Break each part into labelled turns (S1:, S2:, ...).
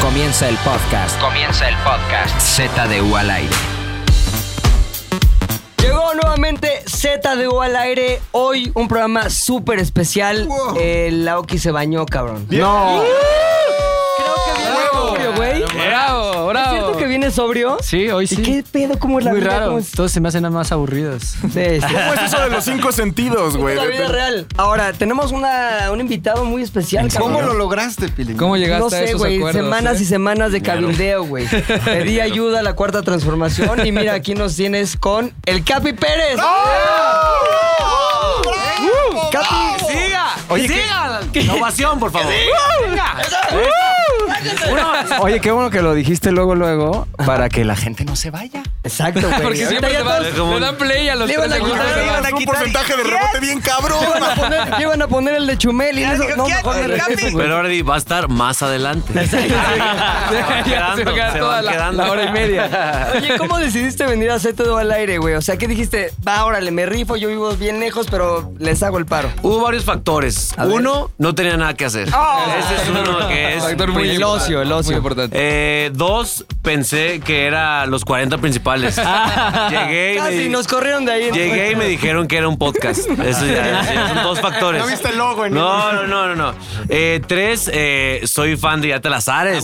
S1: Comienza el podcast. Comienza el podcast. Z de U al aire.
S2: Llegó nuevamente Z de U al aire. Hoy un programa súper especial.
S3: Wow.
S2: Eh, Lauki se bañó, cabrón.
S3: No.
S2: Creo que viene sobrio, güey.
S4: Bravo,
S2: ¿Es
S4: bravo.
S2: cierto que viene sobrio?
S4: Sí, hoy
S2: ¿Y
S4: sí.
S2: qué pedo? ¿Cómo es la
S4: Muy
S2: vida?
S4: raro.
S2: ¿Cómo es?
S4: Todos se me hacen nada más aburridos.
S2: Sí, sí.
S5: pues,
S3: ¿Cómo es eso de los cinco sentidos, güey?
S2: la vida real. Ahora, tenemos una, un invitado muy especial,
S6: ¿Cómo
S2: cabrón.
S6: lo lograste, Pili?
S4: ¿Cómo llegaste
S2: No
S4: a
S2: sé,
S4: esos
S2: güey.
S4: acuerdos?
S2: Semanas
S4: eh?
S2: y semanas de cabildeo, güey. Pedí ayuda a la cuarta transformación y mira, aquí nos tienes con el Capi Pérez.
S4: ¡Oh!
S2: ¡Uh! ¡Capi! ¡Siga!
S6: Oye, qué... innovación, por favor.
S7: Oye, qué bueno que lo dijiste luego, luego, para que la gente no se vaya.
S2: Exacto, güey.
S4: Porque
S2: Ahorita
S4: siempre
S2: ya
S4: te van-
S2: todos-
S4: le dan play a los
S2: Le
S4: tres
S2: iban a
S4: segundos.
S2: quitar- le iban
S6: a
S3: un
S6: quitar-
S3: porcentaje de rebote bien cabrón.
S2: ya iban a poner- ya iban a poner el de Chumel y eso. No, mejor me regreso, güey.
S8: Pero ahora di, va a estar más adelante.
S4: Ya se va a
S8: quedando,
S4: quedar
S8: se
S4: toda
S8: van
S4: la-
S8: quedando.
S4: la hora y media.
S2: Oye, ¿cómo decidiste venir a hacer todo al aire, güey? O sea, ¿qué dijiste? Va, órale, me rifo, yo vivo bien lejos, pero les hago el paro.
S8: Hubo varios factores.
S2: ver.
S8: Uno, no tenía nada que hacer. Ese es uno que es.
S4: Oh. Factor muy
S2: El ocio, el ocio.
S4: Muy importante.
S8: Eh, dos, pensé que era los 40 principales. llegué, y me,
S2: Casi
S8: di-
S2: nos corrieron de ahí. ¿no?
S8: llegué y me dijeron que era un podcast. Eso ya, ya son dos factores.
S6: No viste el logo, ¿no?
S8: No, no, no, no. no. Eh, tres, eh, soy fan de Ya te las
S2: Ah,
S8: ares.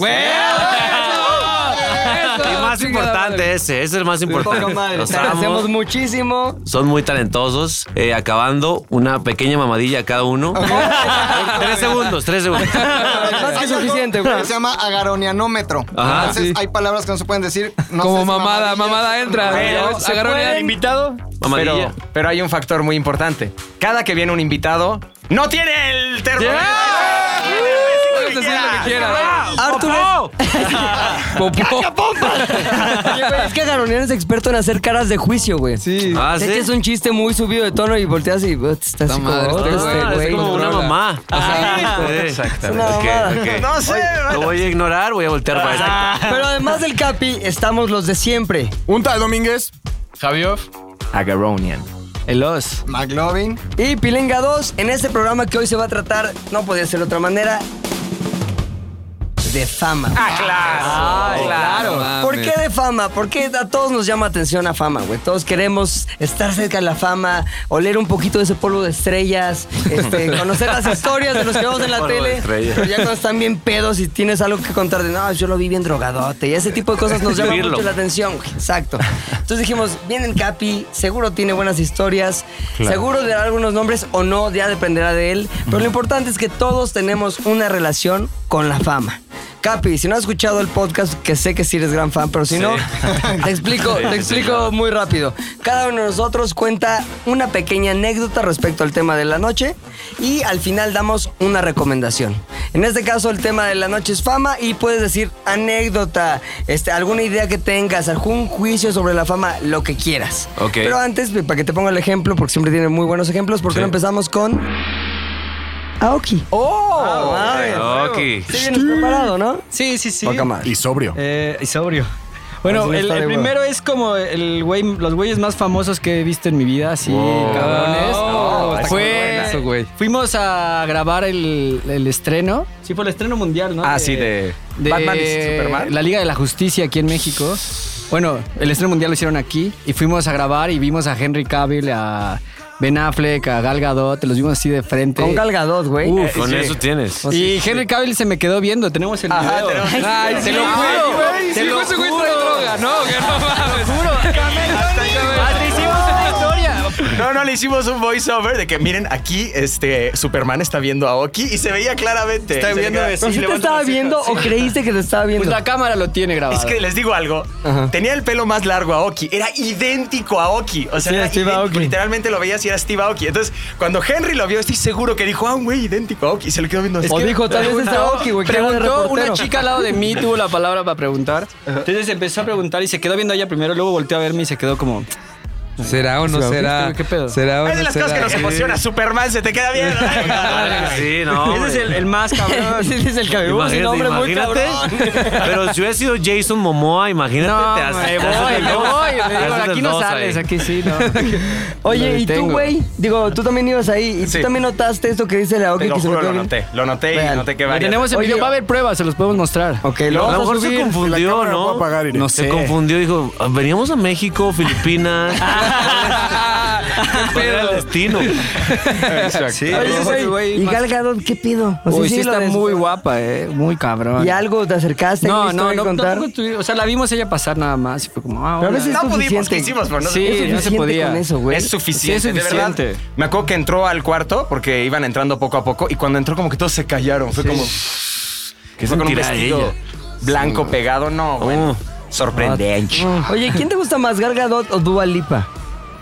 S4: ¡Eso!
S8: Y más
S4: Chingada
S8: importante
S4: madre.
S8: ese, ese es el más
S2: Poca
S8: importante.
S2: madre.
S8: Los
S2: Te
S8: amo.
S2: agradecemos muchísimo.
S8: Son muy talentosos. eh, acabando una pequeña mamadilla cada uno. tres segundos, tres segundos.
S2: Más que
S6: Hay algo
S2: suficiente, pues. güey.
S6: que Se llama agaronianómetro.
S8: Ajá,
S6: Entonces,
S4: sí.
S6: hay palabras que no se pueden decir. no sé
S4: Como
S6: si
S4: mamada,
S6: mamadillas,
S4: mamada entra.
S8: Pero
S4: ¿no?
S2: se
S4: Agarró
S2: pueden-
S4: el
S7: Invitado,
S8: Mamadilla.
S7: pero, pero hay un factor muy importante. Cada que viene un invitado, no tiene el termómetro.
S4: Puedes decir lo que quieras.
S2: Arturo.
S4: Popó.
S2: Oye, güey, Es que Garoniano es experto en hacer caras de juicio, güey.
S4: Sí.
S8: Ah,
S2: Te
S8: ¿sí?
S2: echas un chiste muy subido de tono y volteas y uh, estás así
S4: madre,
S2: como,
S4: está
S2: este,
S8: Ah,
S4: madre,
S2: güey.
S8: es como una
S4: controla.
S8: mamá.
S2: Ajá.
S8: Sí.
S7: Exactamente.
S2: Una
S8: Ok,
S2: mamada.
S8: ok.
S7: No sé.
S8: Lo voy a ignorar, voy a voltear para
S4: Ah.
S8: este.
S2: Pero además del Capi, estamos los de siempre.
S3: Un tal Domínguez.
S4: Javier.
S7: Agaronian.
S4: El os.
S6: McLovin.
S2: Y Pilinga 2, en este programa que hoy se va a tratar, no podía ser de otra manera, de fama.
S4: Ah, claro.
S2: ¿Por qué de fama? Porque a todos nos llama atención a fama, güey. Todos queremos estar cerca de la fama, oler un poquito de ese polvo de estrellas, este, conocer las historias de los que vemos en la
S8: Polvo de
S2: tele.
S8: estrellas.
S2: Pero ya cuando están bien pedos y tienes algo que contar de, no, yo lo vi bien drogadote. Y ese tipo de cosas nos llama
S8: Vivirlo.
S2: mucho la atención, güey. Exacto. Entonces dijimos, viene el Capi, seguro tiene buenas historias, seguro dará algunos nombres o no, ya dependerá de él. Pero lo importante es que todos tenemos una relación con la fama. Capi, si no has escuchado el podcast, que sé que sí eres gran fan, pero si no, te explico,
S8: Sí,
S2: te
S8: sí,
S2: explico muy rápido. Cada uno de nosotros cuenta una pequeña anécdota respecto al tema de la noche y al final damos una recomendación. En este caso, el tema de la noche es fama y puedes decir anécdota, este, alguna idea que tengas, algún juicio sobre la fama, lo que quieras.
S8: Ok.
S2: Pero antes, para que te ponga el ejemplo, porque siempre tiene muy buenos ejemplos, ¿por qué
S8: Sí.
S2: no empezamos con Aoki? ¡Oh!
S8: Ok.
S2: Sí, vienes preparado, ¿no?
S5: Sí, sí, sí.
S2: Poca madre.
S3: Y sobrio.
S5: Eh, y sobrio.
S2: Así
S5: Bueno,
S2: no
S5: el,
S2: está
S5: el
S2: de hueva.
S5: primero es como el güey, los güeyes más famosos que he visto en mi vida, así, cabrones.
S4: Oh,
S5: Está
S4: fue-
S5: cabrón eso, güey. Fuimos a grabar el, el estreno. Sí, por el estreno mundial, ¿no?
S7: Ah, sí, de,
S5: de
S7: Batman y Superman.
S5: La Liga de la Justicia aquí en México. Bueno, el estreno mundial lo hicieron aquí y fuimos a grabar y vimos a Henry Cavill, a Ben Affleck, a Gal Gadot, los vimos así de frente.
S2: Con Galgadot, güey.
S5: Uf,
S8: Con
S5: sí.
S8: eso tienes.
S5: Y Henry Cavill se me quedó viendo, tenemos el video. Ay, te
S2: Ah,
S5: lo juro. Te lo
S4: ese güey
S5: juro.
S4: trae droga. No, que no mames.
S5: Hasta hicimos una historia.
S9: No, no, le hicimos un voiceover de que miren, aquí este Superman está viendo a Oki y se veía claramente.
S6: Está
S9: Y se
S6: viendo
S9: le queda-
S6: eso.
S2: ¿Pero
S9: y
S2: sí
S9: le
S2: te
S9: mando
S2: estaba
S9: un mensaje.
S2: viendo o creíste que te estaba viendo?
S5: Pues la cámara lo tiene grabado.
S9: Es que les digo algo. Tenía el pelo más largo a Oki. Era idéntico a Oki. O sea,
S5: Sí,
S9: era
S5: a Steve
S9: idéntico.
S5: Aoki.
S9: literalmente lo veías y era Steve Aoki. Entonces, cuando Henry lo vio, estoy seguro que dijo, ah, un güey idéntico a Oki. Y se lo quedó viendo así.
S2: o dijo, tal vez es Aoki, güey, que era de
S5: Preguntó una
S2: reportero.
S5: chica al lado de mí, tuvo la palabra para preguntar. Entonces empezó a preguntar y se quedó viendo a ella primero, luego volteó a verme y se quedó como...
S4: ¿Será o no
S5: Sí,
S4: será?
S5: ¿qué pedo?
S4: ¿Será o
S2: Ah,
S9: Es de
S4: no
S9: las cosas que
S4: será?
S9: nos emociona. Superman se te queda bien.
S8: Sí, no.
S5: Ese es
S8: güey.
S5: el, el más Este cabrón.
S2: Ese es el que me puso un nombre muy
S8: imagínate.
S2: cabrón.
S8: Pero si hubiera sido Jason Momoa, imagínate,
S5: No,
S8: te haces.
S5: me
S8: te haces
S5: voy,
S8: del
S5: me
S8: dos.
S5: voy.
S8: Te
S5: Le digo,
S8: haces
S5: aquí
S8: del
S5: no
S8: dos ahí.
S5: sales, aquí sí, no.
S2: Oye,
S5: Lo
S2: ¿y tú,
S5: detengo.
S2: güey? Digo, tú también ibas ahí. ¿Y tú
S9: Sí.
S2: también notaste esto que dice la Oki
S9: Te
S2: que
S9: lo
S2: se me
S9: juro,
S2: quedó
S9: lo
S2: bien?
S9: noté. Lo noté
S2: Vean.
S9: y noté que
S5: Lo
S9: varias.
S5: Tenemos el
S2: Oye,
S5: video, va a haber pruebas, se los podemos mostrar.
S2: Ok,
S8: A
S2: lo
S8: lo
S2: vamos a
S8: mejor se
S2: subir.
S8: confundió, ¿no?
S5: No
S8: Se
S5: sé.
S8: confundió, dijo, "Ah, veníamos a México, Filipinas. ¿Cuál era el destino?
S4: Sí.
S2: Oye,
S5: Oye,
S2: güey,
S5: güey,
S2: ¿Y
S5: más-
S2: Gal Gadot qué pido? O sea,
S5: Uy, sí
S2: lo
S5: está
S2: des-
S5: muy guapa, eh. Muy cabrón.
S2: ¿Y algo te acercaste? ¿Hay
S5: No,
S2: una
S5: no,
S2: historia
S5: no,
S2: que contar?
S5: tampoco tuvi- O sea, la vimos ella pasar nada más y fue como, ah,
S2: Pero
S5: hola.
S2: a veces-
S9: No pudimos,
S2: suficiente.
S9: que hicimos, pero no
S5: Sí,
S9: es
S5: no se
S2: suficiente
S5: podía.
S2: con eso, güey.
S9: Es suficiente,
S5: Sí, es suficiente.
S9: de verdad. Me acuerdo que entró al cuarto porque iban entrando poco a poco y cuando entró como que todos se callaron. Fue como...
S8: ¿Qué
S9: Fue con un
S8: sentirá
S9: vestido
S8: ella? Oh.
S9: blanco pegado. No, bueno. Sorprendente.
S2: Oye, ¿quién te gusta más, Gal Gadot o Dua Lipa?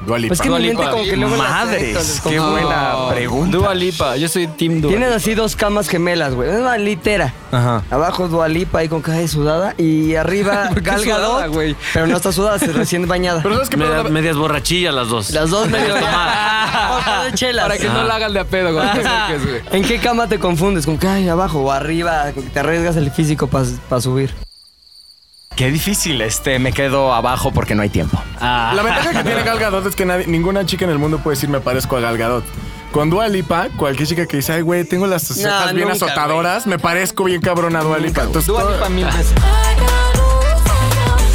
S3: Dualipa.
S2: Pues que mi mente como que luego las conecto,
S9: Madres,
S2: las
S9: qué
S2: confundo.
S9: buena pregunta.
S5: "Oh, Dua Lipa, yo soy Team Dua.
S2: Tienes así dos camas gemelas, güey. Una litera.
S4: Ajá.
S2: Abajo Dualipa ahí con caja de sudada. Y arriba
S4: ¿Por qué
S2: Gal
S4: sudada,
S2: Gadot,
S4: güey?
S2: Pero no está sudada, es recién bañada.
S3: Pero sabes qué
S8: Media-
S3: pedo?
S8: medias borrachillas las dos.
S2: Las dos medio
S8: Tomada.
S2: Ojo de chelas.
S5: Para que
S8: Ah.
S5: no la hagan de a pedo, güey.
S2: ¿En qué cama te confundes? ¿Con qué hay abajo o arriba? ¿Con que ¿Te arriesgas el físico para subir?
S9: Qué difícil, este, me quedo abajo porque no hay tiempo.
S8: Ah,
S3: La ventaja que tiene Gal Gadot es que nadie- ninguna chica en el mundo puede decir me parezco a Gal Gadot. Con Dua Lipa, cualquier chica que dice, ay, güey, tengo las cejas bien
S2: nunca,
S3: azotadoras, me parezco bien cabrón a Dua Lipa.
S5: Pues
S3: Entonces, todo-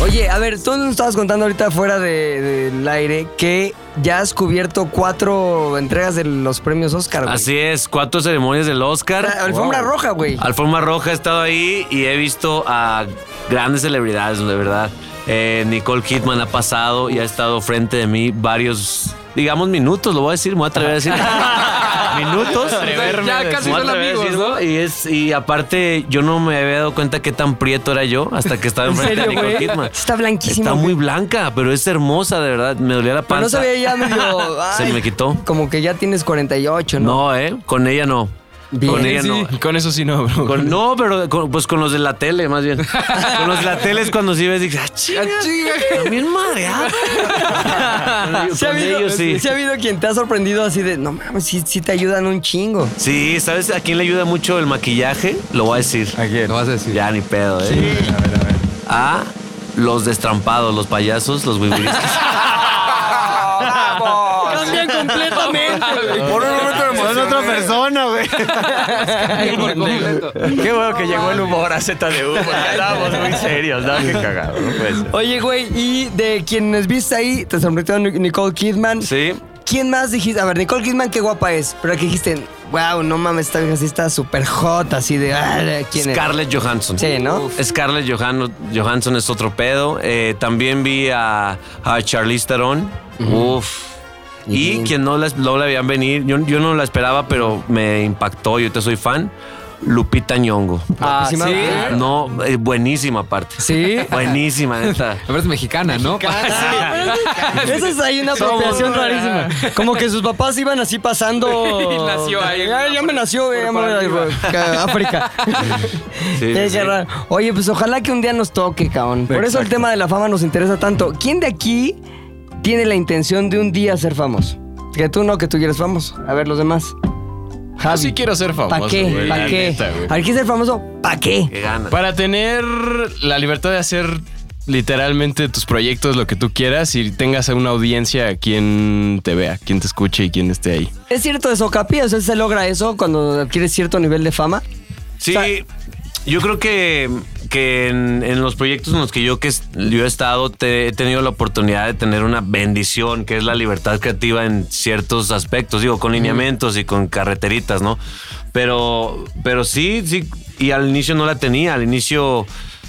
S2: Oye, a ver, tú nos estabas contando ahorita fuera de- del aire que ya has cubierto cuatro entregas de los premios Oscar, güey.
S8: Así es, cuatro ceremonias del Oscar.
S2: La alfombra roja, güey.
S8: Alfombra Roja he estado ahí y he visto a grandes celebridades, de verdad. Eh, Nicole Kidman ha pasado y ha estado frente de mí varios, digamos, minutos, lo voy a decir, me voy a atrever a decir. minutos.
S5: Atreverme a Ya casi
S8: Me
S5: decir.
S8: voy a atrever
S5: son
S8: a
S5: amigos,
S8: decirlo,
S5: ¿no?
S8: Y, es, y aparte, yo no me había dado cuenta qué tan prieto era yo hasta que estaba enfrente de Nicole Ah, Kidman.
S2: Está blanquísima.
S8: Está muy blanca, pero es hermosa, de verdad. Me dolía la panza.
S2: Pero no se veía ya medio. ah,
S8: Se
S2: ay,
S8: me quitó.
S2: Como que ya tienes 48, ¿no?
S8: No, ¿eh? Con ella no.
S2: Bien.
S8: Con ella no.
S7: Con eso sí no, bro.
S8: Con- no, pero con- pues con los de la tele, más bien. Con los de la tele es cuando sí ves y dices, ah, chinga, también madreado. Con
S2: Sí ha, habido,
S8: ellos sí.
S2: sí ha habido quien te ha sorprendido así de, no mames, sí, sí te ayudan un chingo.
S8: Sí, ¿sabes a quién le ayuda mucho el maquillaje? Lo voy a decir.
S4: Lo vas a decir.
S8: Ya ni pedo, ¿eh? A los destrampados, los payasos, los wiwiristas.
S2: Cambian completamente.
S3: por un momento me emocioné.
S6: persona, güey.
S9: Qué bueno que llegó el humor a ZDU, porque andábamos muy serios, ¿no? Qué cagado, no
S4: Pues.
S9: puede ser.
S2: Oye, güey, y de quienes viste ahí, te sorprendió Nic- Nicole Kidman.
S8: Sí.
S2: ¿Quién más dijiste? A ver, Nicole Kidman, qué guapa es. Pero aquí dijiste, wow, no mames, esta vieja sí está súper hot, así de, ah, ¿quién es?
S8: Scarlett Johansson.
S2: Sí, ¿no?
S8: Uf. Scarlett Johan- Johansson es otro pedo. Eh, también vi a, a Charlize Theron. Uf. Y
S2: Ujú.
S8: quien no la, no la veían venir, yo, yo no la esperaba, pero me impactó. Yo te soy fan. Lupita Nyongo.
S2: Ah, ¿sí?
S8: No, eh, buenísima aparte.
S4: ¿Sí?
S8: Buenísima, neta.
S4: A ver, es mexicana, ¿no?
S2: Esa es ahí una apropiación rarísima. Como que sus papás iban así pasando.
S5: Y nació ahí.
S2: Ay, ya me nació, güey. ya me- África.
S8: Sí,
S2: Qué
S8: sí, sí.
S2: raro. Oye, pues ojalá que un día nos toque, cabrón. Por eso el tema de la fama nos interesa tanto. ¿Quién de aquí tiene la intención de un día ser famoso? Que tú no, que tú quieres famoso. A ver, los demás.
S10: Yo sí quiero ser famoso.
S2: ¿Para qué?
S10: güey,
S2: ¿Para
S10: la
S2: qué?
S10: neta, güey.
S2: ¿Para qué ser famoso? ¿Para qué?
S8: Qué gana.
S10: Para tener la libertad de hacer literalmente tus proyectos, lo que tú quieras y tengas a una audiencia a quien te vea, quien te escuche y quien esté ahí.
S2: ¿Es cierto eso, Capi? O sea, ¿se logra eso cuando adquieres cierto nivel de fama?
S8: Sí,
S2: O sea-
S8: yo creo que, que en, en los proyectos en los que yo, que es- yo he estado, te- he tenido la oportunidad de tener una bendición, que es la libertad creativa en ciertos aspectos, digo, con lineamientos y con carreteritas, ¿no? Pero, pero sí, sí, y al inicio no la tenía, al inicio,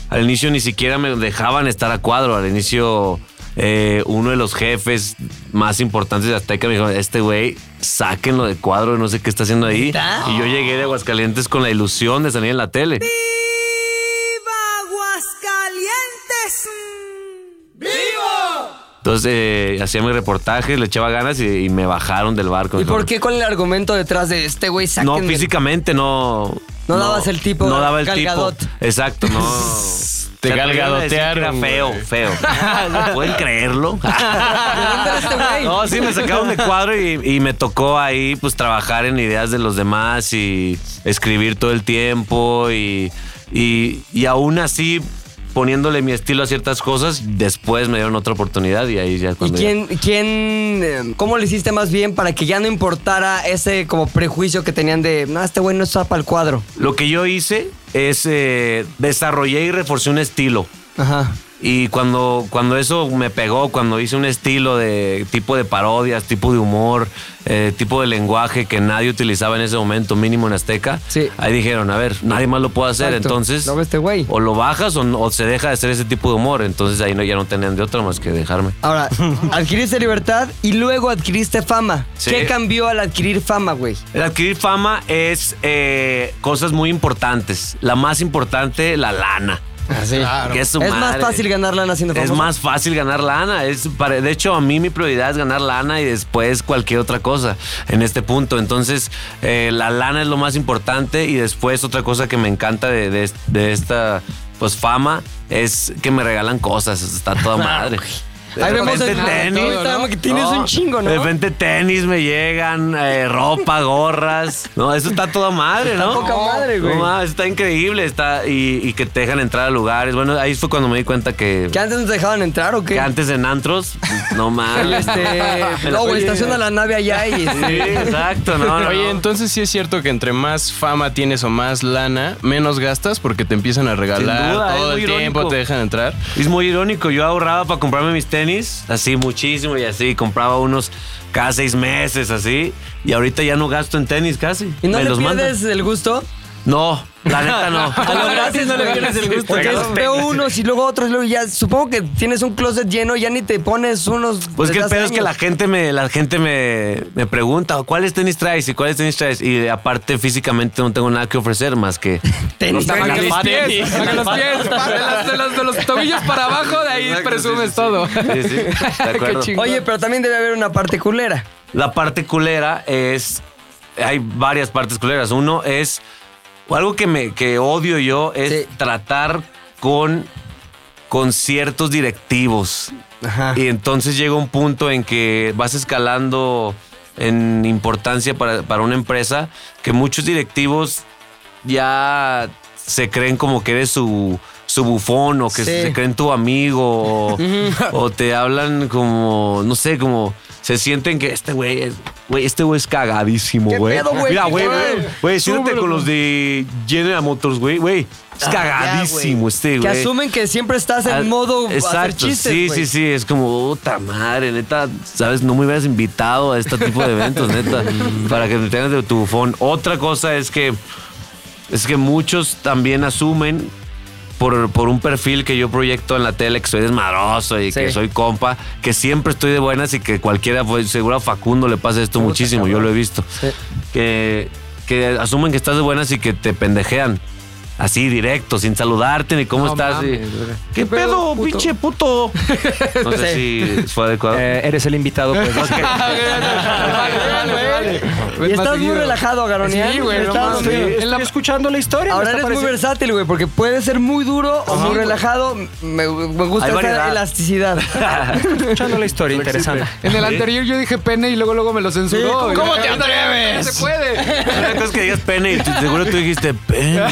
S8: al inicio ni siquiera me dejaban estar a cuadro, al inicio... eh, uno de los jefes más importantes de Azteca me dijo, este güey, sáquenlo de cuadro, no sé qué está haciendo ahí. Y yo llegué de Aguascalientes con la ilusión de salir en la tele. Entonces eh, hacía mis reportajes, le echaba ganas y, y me bajaron del barco.
S2: ¿Y por qué con el argumento detrás de este güey
S8: No,
S2: sáquenme?
S8: físicamente no.
S2: No dabas el tipo,
S8: No daba el
S2: Gal
S8: tipo.
S2: Gadot.
S8: Exacto, no.
S10: Te
S8: O sea,
S10: galgadotearon,
S8: iban a decir que era feo, feo. ¿Pueden creerlo? No, sí, me sacaron de cuadro y, y me tocó ahí pues trabajar en ideas de los demás y escribir todo el tiempo y, y, y aún así poniéndole mi estilo a ciertas cosas, después me dieron otra oportunidad y ahí ya
S2: ¿Y
S8: cuando... ya-
S2: quién, quién, eh, cómo le hiciste más bien para que ya no importara ese como prejuicio que tenían de, no, este güey no está para el cuadro?
S8: Lo que yo hice es eh, desarrollé y reforcé un estilo.
S2: Ajá.
S8: Y cuando, cuando eso me pegó, cuando hice un estilo de tipo de parodias, tipo de humor, eh, tipo de lenguaje que nadie utilizaba en ese momento, mínimo en Azteca, ahí dijeron, a ver, nadie más lo puede hacer,
S2: Exacto.
S8: entonces
S2: No, este güey.
S8: o lo bajas o, no- o se deja de hacer ese tipo de humor, entonces ahí no, ya no tenían de otra más que dejarme.
S2: Ahora, adquiriste libertad y luego adquiriste fama.
S8: Sí.
S2: ¿Qué cambió al adquirir fama, güey?
S8: El adquirir fama es eh, cosas muy importantes. La más importante, la lana. Que es su
S2: Ah, es más
S8: madre.
S2: fácil ganar lana haciendo famoso.
S8: Es más fácil ganar lana. Es para- de hecho, a mí mi prioridad es ganar lana y después cualquier otra cosa en este punto. Entonces, eh, la lana es lo más importante y después otra cosa que me encanta de, de- de esta pues fama es que me regalan cosas. Está toda madre. De
S2: Ahí vemos
S8: repente
S2: en en Instagram que tienes un chingo, ¿no?
S8: De repente tenis me llegan, eh, ropa, gorras. No, eso está toda madre, ¿no?
S2: Está poca madre, güey.
S8: No, ma, está increíble. Está, y, y que te dejan entrar a lugares. Bueno, ahí fue cuando me di cuenta que
S2: ¿Que antes no te dejaban entrar o qué?
S8: que antes en antros, no mames.
S2: Este, no, güey, estaciona la nave allá y...
S8: Ah,
S2: este,
S8: Sí, exacto, no, no.
S10: Oye, entonces sí es cierto que entre más fama tienes o más lana, menos gastas porque te empiezan a regalar
S8: duda, es
S10: todo el
S8: muy irónico.
S10: tiempo, te dejan entrar.
S8: Es muy irónico, yo ahorraba para comprarme mis tenis, así muchísimo y así, compraba unos cada seis meses, así, y ahorita ya no gasto en tenis casi.
S2: ¿Y no
S8: me
S2: le
S8: los mandan.
S2: pierdes el gusto?
S8: No, la neta no.
S2: A lo gratis no le pierdes el gusto. Porque
S8: Regalos
S2: veo unos y luego otros y luego ya... Supongo que tienes un closet lleno ya ni te pones unos...
S8: Pues que
S2: desde
S8: el
S2: hace
S8: pedo es que
S2: años.
S8: la gente me, la gente me, me pregunta ¿cuáles tenis traes? y cuáles tenis traes. Y aparte físicamente no tengo nada que ofrecer más que
S4: Tenis,
S8: Los
S4: de los pies,
S8: zapatos.
S4: de los pies, de los, de los- de los tobillos para abajo, de ahí
S8: Exacto,
S4: presumes
S8: sí, sí,
S4: todo.
S8: sí. Sí, sí, de acuerdo.
S2: Oye, pero también debe haber una parte culera.
S8: La parte culera es. Hay varias partes culeras. Uno es. o Algo que, me, que odio yo es tratar con, con ciertos directivos. Y entonces llega un punto en que vas escalando en importancia para, para una empresa que muchos directivos ya se creen como que eres su, su bufón o que
S2: Sí.
S8: se creen tu amigo o, o te hablan como, no sé, como se sienten que este güey es, güey, este güey es cagadísimo,
S2: ¿Qué
S8: güey.
S2: pedo, güey?
S8: Mira,
S2: ¿Qué
S8: güey,
S2: pedo?
S8: güey, güey, siéntate con los de General Motors, güey, güey. Es
S2: Ah, ya,
S8: cagadísimo
S2: güey.
S8: este,
S2: Que
S8: güey. Ah,
S2: asumen que siempre estás en modo hacer
S8: Exacto,
S2: chistes, pues.
S8: sí,
S2: güey.
S8: sí, sí, es como, puta madre, neta, sabes, no me hubieras invitado a este tipo de eventos, neta, para que te tengas de tu bufón. Otra cosa es que, es que muchos también asumen por, por un perfil que yo proyecto en la tele, que soy desmadroso y que soy compa, que siempre estoy de buenas y que cualquiera, pues, seguro a Facundo le pasa esto muchísimo, yo lo he visto. Que, que asumen que estás de buenas y que te pendejean. Así directo, sin saludarte ni cómo estás. y- ¿Qué, pedo, pinche puto? No sé si fue adecuado.
S11: Eh, eres el invitado, pues.
S2: Y estás muy relajado, Garonian.
S11: Sí, güey, no
S2: Estás-
S11: mames. Estoy- estoy escuchando la historia.
S2: Ahora
S11: me
S2: eres
S11: está
S2: muy
S11: pareciendo.
S2: versátil, güey, porque puede ser muy duro o muy relajado. Me, me gusta
S11: Hay
S2: esa
S11: variedad.
S2: elasticidad.
S11: Escuchando la historia interesante.
S4: En el anterior yo dije pene y luego luego me lo censuró.
S11: Sí, ¿cómo te
S4: atreves?
S12: Pues.
S4: No se puede.
S8: Una cosa es que digas pene y tú- seguro tú dijiste pene.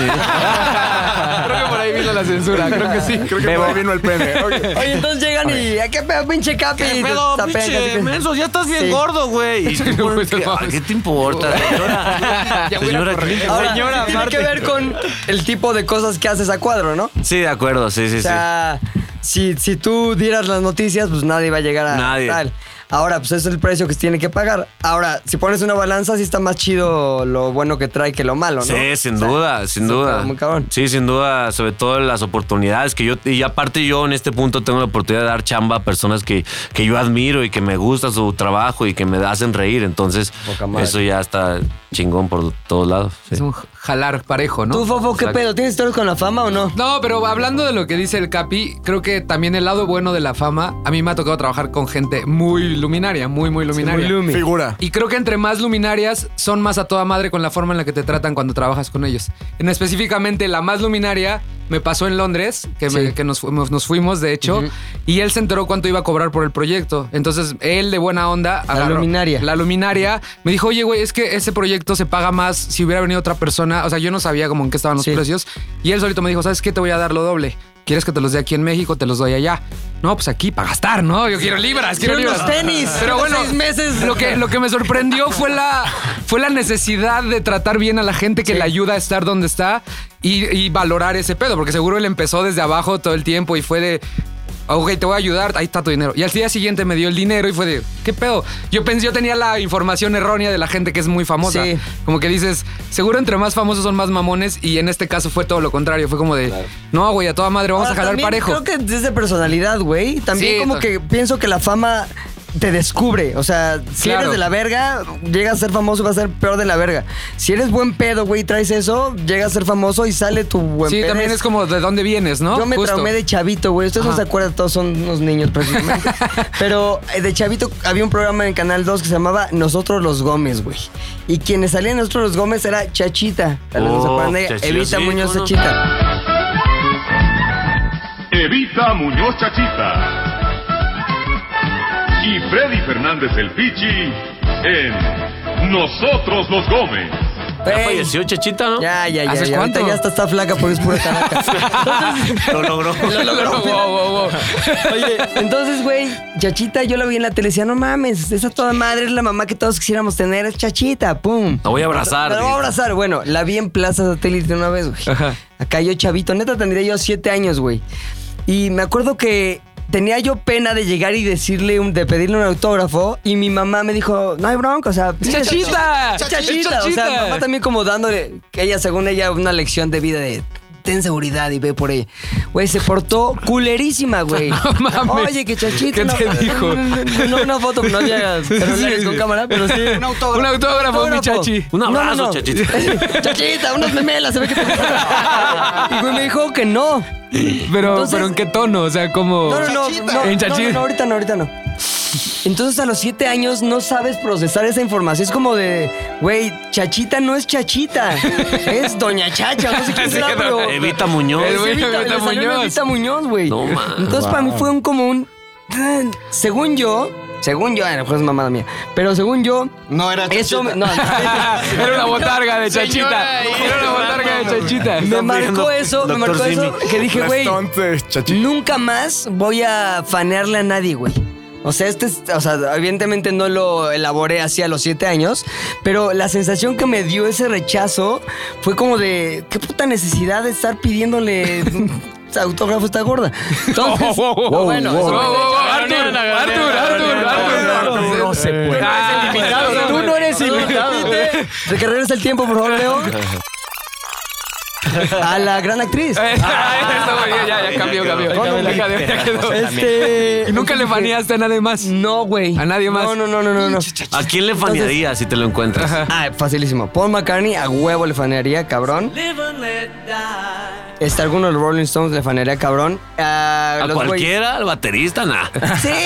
S4: Creo que por ahí vino la censura, creo que sí.
S3: Creo que por ahí vino el pene. Ok.
S2: Oye, entonces llegan y "¿A ¿qué pedo, pinche capi?
S8: ¿Qué
S2: Y te
S8: pedo,
S2: tapean casi
S8: pinche
S2: que-
S8: menso? Ya estás bien
S2: Sí.
S8: gordo, güey. Y tú, ¿por qué? Ay, ¿Qué te importa, señora? Señora, ¿qué te
S2: Ahora,
S8: importa?
S2: sí tiene que ver con el tipo de cosas que haces a cuadro, ¿no?
S8: Sí, de acuerdo, sí, sí,
S2: O
S8: sí.
S2: sea, si, si tú dieras las noticias, pues nadie va a llegar a
S8: Nadie.
S2: tal. Ahora, pues es el precio que se tiene que pagar. Ahora, si pones una balanza, sí está más chido lo bueno que trae que lo malo, ¿no?
S8: Sí, sin duda, sin duda.
S2: está muy cabrón.
S8: Sí, sin duda, sobre todo las oportunidades que yo, y aparte yo en este punto tengo la oportunidad de dar chamba a personas que, que yo admiro y que me gusta su trabajo y que me hacen reír, entonces
S2: Poca madre.
S8: eso ya está, chingón por todos lados. sí.
S12: jalar parejo, ¿no?
S2: ¿Tú, Fofo, qué pedo? ¿Tienes historias con la fama o no?
S12: No, pero hablando de lo que dice el Capi, creo que también el lado bueno de la fama, a mí me ha tocado trabajar con gente muy luminaria, muy, muy luminaria.
S3: muy lumi. Figura.
S12: Y creo que entre más luminarias, son más a toda madre con la forma en la que te tratan cuando trabajas con ellos. En específicamente, la más luminaria me pasó en Londres, que, me- que nos, fuimos, nos fuimos, de hecho, y él se enteró cuánto iba a cobrar por el proyecto. Entonces, él de buena onda... La
S2: luminaria.
S12: La luminaria. Me dijo, oye, güey, es que ese proyecto se paga más si hubiera venido otra persona. O sea, yo no sabía como en qué estaban los precios. Y él solito me dijo, ¿sabes qué? Te voy a dar lo doble. ¿Quieres que te los dé aquí en México? Te los doy allá. No, pues aquí, para gastar, ¿no? Yo quiero libras, quiero
S2: Quiero unos
S12: libras.
S2: tenis.
S12: Pero bueno,
S2: Seis meses.
S12: Lo que, lo que me sorprendió fue la, fue la necesidad de tratar bien a la gente que le ayuda a estar donde está y, y valorar ese pedo, porque seguro él empezó desde abajo todo el tiempo y fue de. "Ah, Ok, te voy a ayudar, ahí está tu dinero. Y al día siguiente me dio el dinero y fue de, ¿qué pedo? Yo pensé, yo tenía la información errónea de la gente que es muy famosa.
S2: Sí.
S12: Como que dices, seguro entre más famosos son más mamones y en este caso fue todo lo contrario. Fue como de, no, güey, a toda madre vamos
S2: Ahora,
S12: a jalar
S2: Ah, también
S12: parejo.
S2: Creo que es de personalidad, güey. También
S12: Sí,
S2: como
S12: ta-
S2: que pienso que la fama te descubre. O sea, si
S12: Claro.
S2: eres de la verga, llegas a ser famoso y vas a ser peor de la verga. Si eres buen pedo, güey, y traes eso, llegas a ser famoso y sale tu buen
S12: sí,
S2: pedo.
S12: también es como de dónde vienes, Pues ¿no?
S2: Yo me
S12: Justo.
S2: traumé de chavito, güey. Ustedes no
S12: Ajá.
S2: se acuerdan, todos son unos niños prácticamente. Pero eh, de chavito había un programa en Canal 2 que se llamaba Nosotros los Gómez, güey. Y quienes salían Nosotros los Gómez era Chachita. Tal vez no se
S4: Oh,
S2: acuerdan de ella.
S4: Chachita,
S2: Evita
S4: sí,
S2: Muñoz
S4: ¿cómo no?
S2: Chachita.
S13: Evita Muñoz Chachita. Y Freddy Fernández el Pichi en Nosotros los Gómez.
S8: Ya falleció Chachita, ¿no?
S2: Ya, ya, ya.
S8: ¿Haces
S2: ya. Ahorita
S8: cuánto?
S2: ya está, está flaca porque es pura caraca.
S8: Lo logró.
S2: Lo logró. Oye, entonces, güey, Chachita, yo la vi en la tele, decía, no mames, esa toda madre es la mamá que todos quisiéramos tener, es Chachita, pum.
S8: La voy a abrazar,
S2: La voy a
S8: dice.
S2: abrazar, bueno, la vi en Plaza Satélite una vez, güey. Acá yo chavito, neta tendría yo siete años, güey. Y me acuerdo que tenía yo pena de llegar y decirle, un- de pedirle un autógrafo y mi mamá me dijo, no hay bronca, o sea...
S12: ¡Chachita!
S2: ¡Chachita! O sea,
S12: ¡Chachita!
S2: mamá también como dándole, que ella, según ella, una lección de vida de... Ten seguridad y ve por ella. Güey, se portó culerísima, güey.
S4: mames.
S2: Oye, que chachita.
S4: ¿Qué
S2: no-
S4: te dijo?
S2: No, no, una foto, no había
S4: Sí,
S2: celulares
S4: sí.
S2: con cámara, pero sí.
S4: Un autógrafo. Un autógrafo, mi chachi. Un abrazo, Oh. chachita.
S2: chachita, unas memelas, se ve que te Y
S12: pues
S2: güey me dijo que no.
S12: Pero,
S2: Entonces-
S12: pero en qué tono, o sea, como.
S2: No, no, no, no,
S12: En
S2: no,
S12: chachita.
S2: no, no, ahorita no, ahorita no. Entonces a los siete años no sabes procesar esa información. Es como de, güey, chachita no es chachita. Es doña chacha. No sé quién
S8: Sí,
S2: será,
S8: que no.
S2: pero...
S8: Evita Muñoz.
S2: Es Evita, le salió en Evita Muñoz, güey.
S8: No, man.
S2: Entonces para mí fue un como un... Según yo... Según yo, a lo mejor es mamada mía, pero según yo... No era Eso, me- no, no.
S12: Era una botarga de chachita. Era una botarga de chachita.
S2: Me marcó eso, me marcó eso, que dije, güey,
S3: Entonces,
S2: nunca más voy a fanearle a nadie, güey. O sea, este, es- o sea, evidentemente no lo elaboré así a los siete años, pero la sensación que me dio ese rechazo fue como de, qué puta necesidad de estar pidiéndole autógrafo a esta gorda. Entonces, bueno, eso me-
S4: Arthur, Arthur, Arthur, Arthur. No se
S2: Eh,
S4: puede.
S12: Ah,
S2: Tú no eres invitado. De que regrese el tiempo, por favor, Leo. A la gran actriz.
S4: Ah,
S12: ya, ya, ya cambió, cambió. Ya quedó, ya quedó.
S2: Este.
S12: ¿Y nunca le faneaste a nadie más?
S2: No, güey.
S12: A nadie más.
S2: No, no, no, no, no. no.
S8: ¿A quién le fanearías si te lo encuentras?
S2: Ah, facilísimo. Paul McCartney a huevo le fanearía, cabrón. Este, alguno de los Rolling Stones le fanearía, cabrón. A,
S8: ¿A
S2: los güeyes-
S8: cualquiera? ¿Al baterista? Nah.
S2: Sí,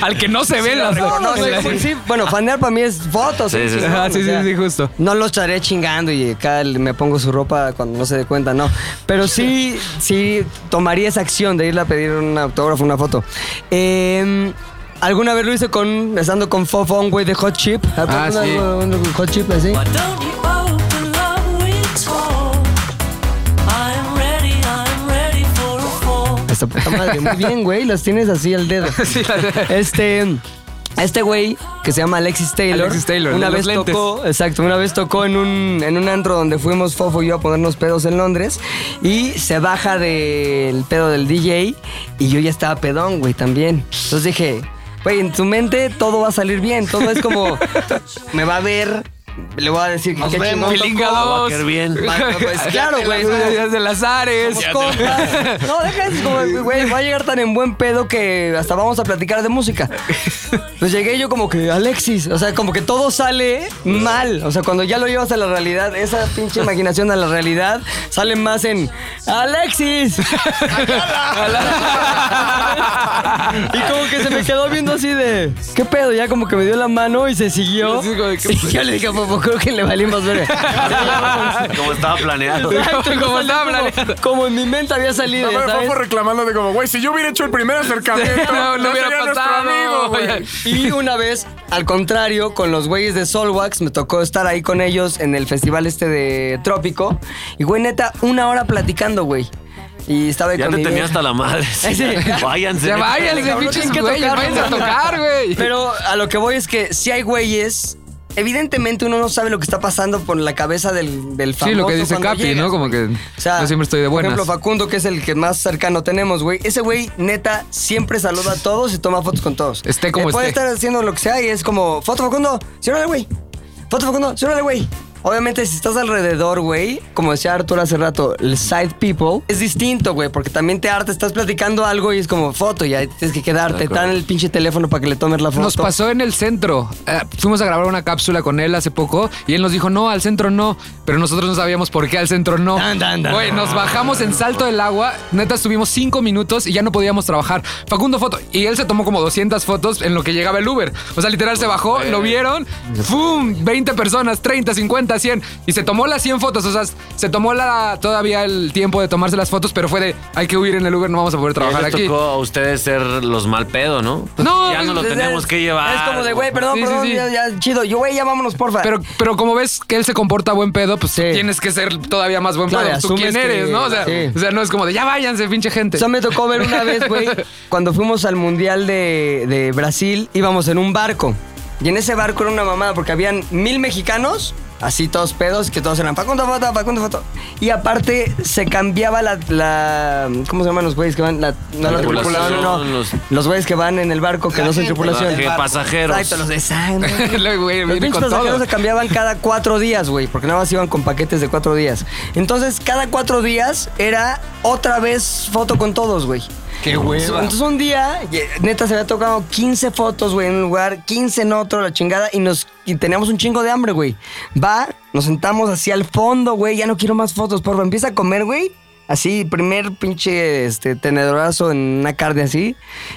S12: Al que no se
S2: Sí,
S12: ven las
S2: no, no, no, sí, sí. Bueno, fanear para mí es fotos. eh,
S12: Sí, sí, sí. Ajá, sí, sí, sí,
S2: justo. No lo estaré chingando y acá le- me pongo su ropa cuando no se dé cuenta, no. Pero sí, sí tomaría esa acción de irle a pedir un autógrafo, una foto. Eh, Alguna vez lo hice con, estando con Fofo, un güey de Hot Chip.
S4: Ah,
S2: Una-
S4: sí.
S2: un- un Hot Chip así. Esta puta madre, muy bien, güey. Las tienes así al dedo. Este. Este güey, que se llama Alexis Taylor.
S12: Alexis Taylor,
S2: Una
S12: de
S2: vez
S12: los lentes.
S2: tocó, exacto, una vez tocó en un, en un antro donde fuimos Fofo y yo a ponernos pedos en Londres. Y se baja del pedo del DJ. Y yo ya estaba pedón, güey, también. Entonces dije, güey, en tu mente todo va a salir bien. Todo es como, me va a ver. le voy a decir
S12: Nos
S2: qué
S12: vemos.
S2: chingón
S12: Pilinga
S2: tocó.
S12: dos. Va a caer bien.
S2: Va- Pues claro, güey.
S12: Días de las Ares.
S2: Somos compas. No, deja eso, como, güey. Va a llegar tan en buen pedo que hasta vamos a platicar de música. Pues llegué yo como que, Alexis. O sea, como que todo sale mal. O sea, cuando ya lo llevas a la realidad, esa pinche imaginación a la realidad sale más en Alexis. Y como que se me quedó viendo así de, ¿qué pedo? Ya como que me dio la mano y se siguió. Y yo le dije, "Pues, creo que le valió más ver.
S8: Como estaba planeado.
S2: Exacto, como estaba planeando. Como en mi mente había salido.
S3: A ver,
S2: ¿sabes?
S3: Fofo reclamándote como, güey, si yo hubiera hecho el primer acercamiento,
S2: No, no
S3: ya
S2: hubiera
S3: sería nuestro
S2: pasado.
S3: amigo, güey.
S2: Y una vez, al contrario, con los güeyes de Solwax, me tocó estar ahí con ellos en el festival este de Trópico. Y güey, neta, una hora platicando, güey. Y estaba ahí
S8: Ya
S2: con
S8: te
S2: mi
S8: tenía
S2: vieja.
S8: hasta la madre.
S2: Sí.
S8: Váyanse.
S12: Ya váyanse,
S2: Cabrón,
S12: pinches
S2: tienen que
S12: güeyes,
S2: tocar,
S12: váyanse a
S2: güey.
S12: tocar, güey.
S2: Pero a lo que voy es que si hay güeyes, evidentemente uno no sabe lo que está pasando por la cabeza del, del famoso.
S12: Sí, lo que dice
S2: cuando
S12: Capi,
S2: llegas,
S12: ¿no? Como que
S2: o sea,
S12: yo siempre estoy de buenas.
S2: Por ejemplo, Facundo, que es el que más cercano tenemos, güey. Ese güey, neta, siempre saluda a todos y toma fotos con todos.
S12: Esté como
S2: Eh, Puede
S12: esté.
S2: estar haciendo lo que sea y es como, foto Facundo, ciérrale, güey. Foto Facundo, ciérrale, güey. Obviamente, si estás alrededor, güey, como decía Arturo hace rato, el side people es distinto, güey, porque también te harta, estás platicando algo y es como foto y ahí tienes que
S12: De
S2: quedarte,
S12: acuerdo.
S2: tan el pinche teléfono para que le tomes la foto.
S12: Nos pasó en el centro. Eh, fuimos a grabar una cápsula con él hace poco y él nos dijo, no, al centro no. Pero nosotros no sabíamos por qué al centro no.
S2: dan.
S12: Güey, nos bajamos en salto del agua. Neta, estuvimos cinco minutos y ya no podíamos trabajar. Facundo foto. Y él se tomó como 200 fotos en lo que llegaba el Uber. O sea, literal, se bajó, lo vieron. ¡Fum! 20 personas, 30, 50, 100. Y se tomó las 100 fotos. O sea, se tomó la, todavía el tiempo de tomarse las fotos, pero fue de, hay que huir en el Uber, no vamos a poder trabajar
S8: les
S12: aquí.
S8: tocó a ustedes ser los mal pedo, ¿no?
S12: No,
S8: ya no pues, lo
S12: es- es-
S8: tenemos que llevar.
S2: Es como de, güey, perdón,
S12: Sí, sí,
S2: perdón,
S12: sí.
S2: Ya, ya, chido. Yo, güey, ya vámonos, porfa.
S12: Pero, pero como ves que él se comporta buen pedo, pues tienes que ser todavía más buen
S2: Claro,
S12: pedo. Tú
S2: asumes
S12: quién eres,
S2: que-
S12: ¿no? O sea,
S2: sí.
S12: o sea, no es como de ya váyanse, pinche gente.
S2: O sea, me tocó ver una vez, güey, cuando fuimos al Mundial de, de Brasil, íbamos en un barco. Y en ese barco era una mamada porque habían mil mexicanos, así todos pedos, que todos eran Facundo Foto, Facundo Foto. Y aparte se cambiaba la... la- ¿Cómo se llaman los güeyes que van? La, no, la
S8: Tripulación,
S2: tripulación, no.
S8: los-
S2: Los... güeyes que van en el barco, que
S8: La
S2: no son
S8: gente.
S2: tripulación.
S8: Ah, que pasajeros.
S2: Exacto, los de sangre.
S12: Luego, güey,
S2: Los
S12: viene
S2: pinches
S12: con
S2: pasajeros
S12: todo.
S2: se cambiaban cada cuatro días, güey, porque nada más iban con paquetes de cuatro días. Entonces, cada cuatro días era otra vez foto con todos, güey.
S4: Qué hueva.
S2: Entonces, un día, ye- neta, se había tocado 15 fotos, güey, en un lugar, 15 en otro, la chingada, y nos y teníamos un chingo de hambre, güey. Va, nos sentamos así al fondo, güey, ya no quiero más fotos, porfa, empieza a comer, güey. Así, primer pinche este, tenedorazo en una carne así.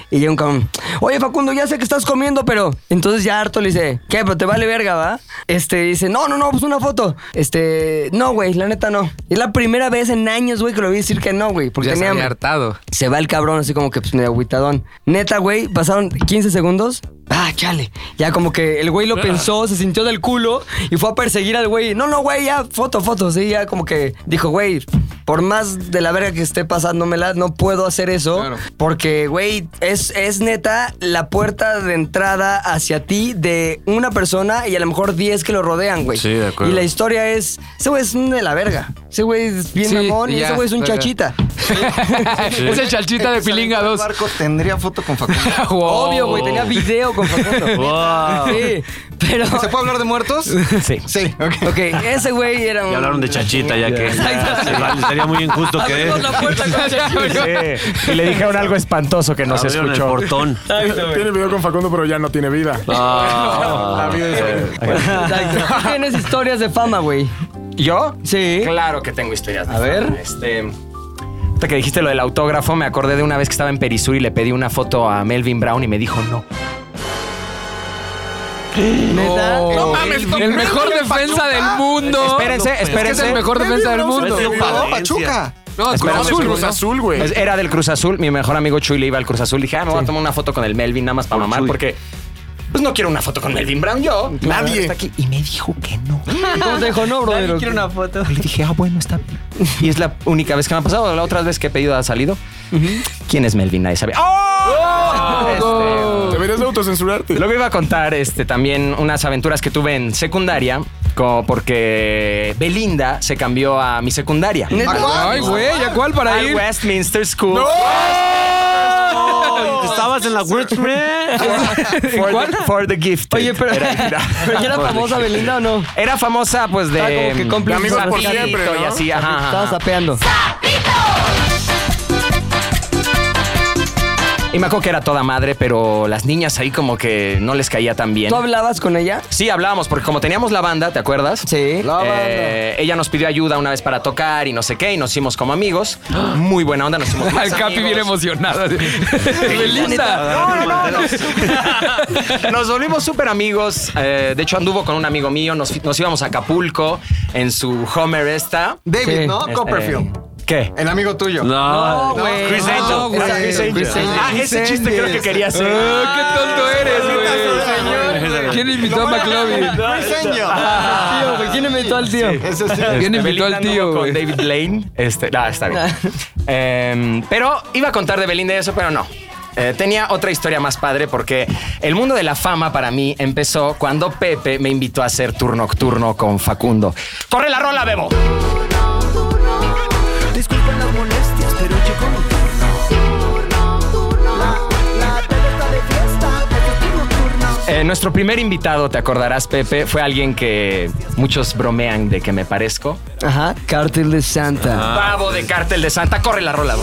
S2: Y llega un cabrón. Oye, Facundo, ya sé que estás comiendo, pero. Entonces ya harto le dice, ¿qué? Pero te vale verga, ¿va? Este dice, no, no, no, pues una foto. Este, no, güey, la neta no. Es la primera vez en años, güey, que lo vi decir que no, güey. Porque
S12: Ya se
S2: tenía
S12: había
S2: hambre.
S12: hartado.
S2: Se va el cabrón así como que pues medio agüitadón. Neta, güey, pasaron 15 segundos. Ah, chale. Ya como que el güey
S8: Ah.
S2: lo pensó, se sintió del culo y fue a perseguir al güey. No, no, güey, ya, foto, foto. Sí, ya como que dijo, güey, por más de la verga que esté pasándomela, no puedo hacer eso. Porque, güey, es, es neta la puerta de entrada hacia ti de una persona y a lo mejor 10 que lo rodean, güey.
S8: Sí, de acuerdo.
S2: Y la historia es, ese güey es un de la verga. Ese güey es bien
S12: Sí,
S2: mamón y
S12: ya,
S2: ese güey es un
S12: verga.
S2: chachita.
S12: Es el chalchita de Pilinga 2.
S6: barco tendría foto con Facundo.
S2: Obvio, güey, tenía video con Facundo.
S8: Wow.
S2: Sí, pero...
S6: ¿Se puede hablar de muertos?
S2: Sí.
S6: Sí, ok.
S2: Ok, ese güey era un...
S8: Ya hablaron de chachita, ya que. Sería muy injusto que.
S2: Abrimos la puerta con Chachita.
S11: Sí. Y le dijeron algo espantoso que no se
S8: Abrieron el
S11: escuchó.
S8: portón.
S3: Tiene video con Facundo, pero ya no tiene vida.
S8: Ah.
S3: La vida es...
S2: Exacto. ¿Tú tienes historias de fama, güey?
S11: ¿Yo?
S2: Sí.
S11: Claro que tengo historias. de
S2: A ver.
S11: fama. Este. ahorita que dijiste lo del autógrafo, me acordé de una vez que estaba en Perisur y le pedí una foto a Melvin Brown y me dijo no.
S2: ¿Neta?
S12: No mames, el, el mejor defensa del mundo.
S11: Espérense,
S12: Es que Es
S11: espérense.
S12: el mejor defensa del mundo.
S6: Pachuca.
S12: No, Cruz
S11: Espérame,
S12: Azul,
S3: Cruz
S12: güey.
S3: Azul, güey.
S11: Pues era del Cruz Azul. Mi mejor amigo Chuy le iba al Cruz Azul. Dije, ah, me voy a tomar una foto con el Melvin nada más para mamar porque... Pues no quiero una foto con Melvin Brown yo.
S3: Nadie.
S11: Está aquí. Y me dijo que no.
S2: Entonces dijo, no, brother.
S11: quiero una foto. Le dije, ah, bueno, está bien. Y es la única vez que me ha pasado. La otra vez que he pedido ha salido. ¿Quién es Melvin? Nadie sabe. Oh,
S3: Deberías de autocensurarte.
S11: Luego iba a contar este, también unas aventuras que tuve en secundaria, como porque Belinda se cambió a mi secundaria.
S2: ¿Neta?
S12: Ay, güey, ¿a cuál para
S11: Al
S12: ir?
S11: Westminster School.
S8: Estabas en la
S11: For, the, for the gifted. Oye, pero.
S2: ¿Pero ya era famosa Belinda o no?
S11: Era famosa, pues de.
S2: Estaba como que cómplice.
S11: de
S2: Amigos por
S11: Zapito
S2: siempre,
S11: Y
S2: ¿no?
S11: así, ajá. ajá.
S2: Estaba sapeando.
S11: Y me acuerdo que era toda madre, pero las niñas ahí como que no les caía tan bien.
S2: ¿Tú hablabas con ella?
S11: Sí, hablábamos, porque como teníamos la banda, ¿te acuerdas? Eh,
S2: Sí.
S11: ella nos pidió ayuda una vez para tocar y no sé qué, y nos hicimos como amigos. Muy buena onda, nos hicimos
S12: Al
S11: más
S12: Capi
S11: amigos.
S12: bien emocionado. así. Belinda.
S11: No, no, no, nos- Nos volvimos súper amigos. eh, de hecho, anduvo con un amigo mío. Nos, nos íbamos a Acapulco en su Homer esta.
S6: David, ¿no?
S11: Este,
S6: Copperfield.
S11: ¿Qué?
S6: El amigo tuyo.
S8: No, güey.
S6: Chris
S8: No,
S6: Angel.
S8: güey.
S6: Era Chris Angel.
S8: Chris Angel.
S11: Ah, ese chiste creo que quería hacer.
S12: ¡Qué
S4: Ah,
S12: tonto eres, güey! ¿Quién invitó a McLovin?
S6: Chris Angel.
S4: Ah,
S2: Tío, güey, ¿quién invitó al tío?
S6: Ese sí.
S12: ¿Quién
S11: Este,
S12: invitó al
S11: Belinda anduvo
S12: tío,
S11: Con
S12: güey?
S11: David Blaine. Este, no, está bien. Em, pero iba a contar de Belinda y eso, pero no. Eh, tenía otra historia más padre porque el mundo de la fama para mí empezó cuando Pepe me invitó a hacer tour nocturno con Facundo. ¡Corre la rola, Bebo!
S14: Disculpen las molestias, pero llegó mi turno. La, la tele está de fiesta, pero es turno, turno.
S11: Eh, nuestro primer invitado, te acordarás, Pepe, fue alguien que muchos bromean de que me parezco.
S2: Ajá, Cartel de Santa.
S11: Pavo de Cártel de Santa, corre la rola.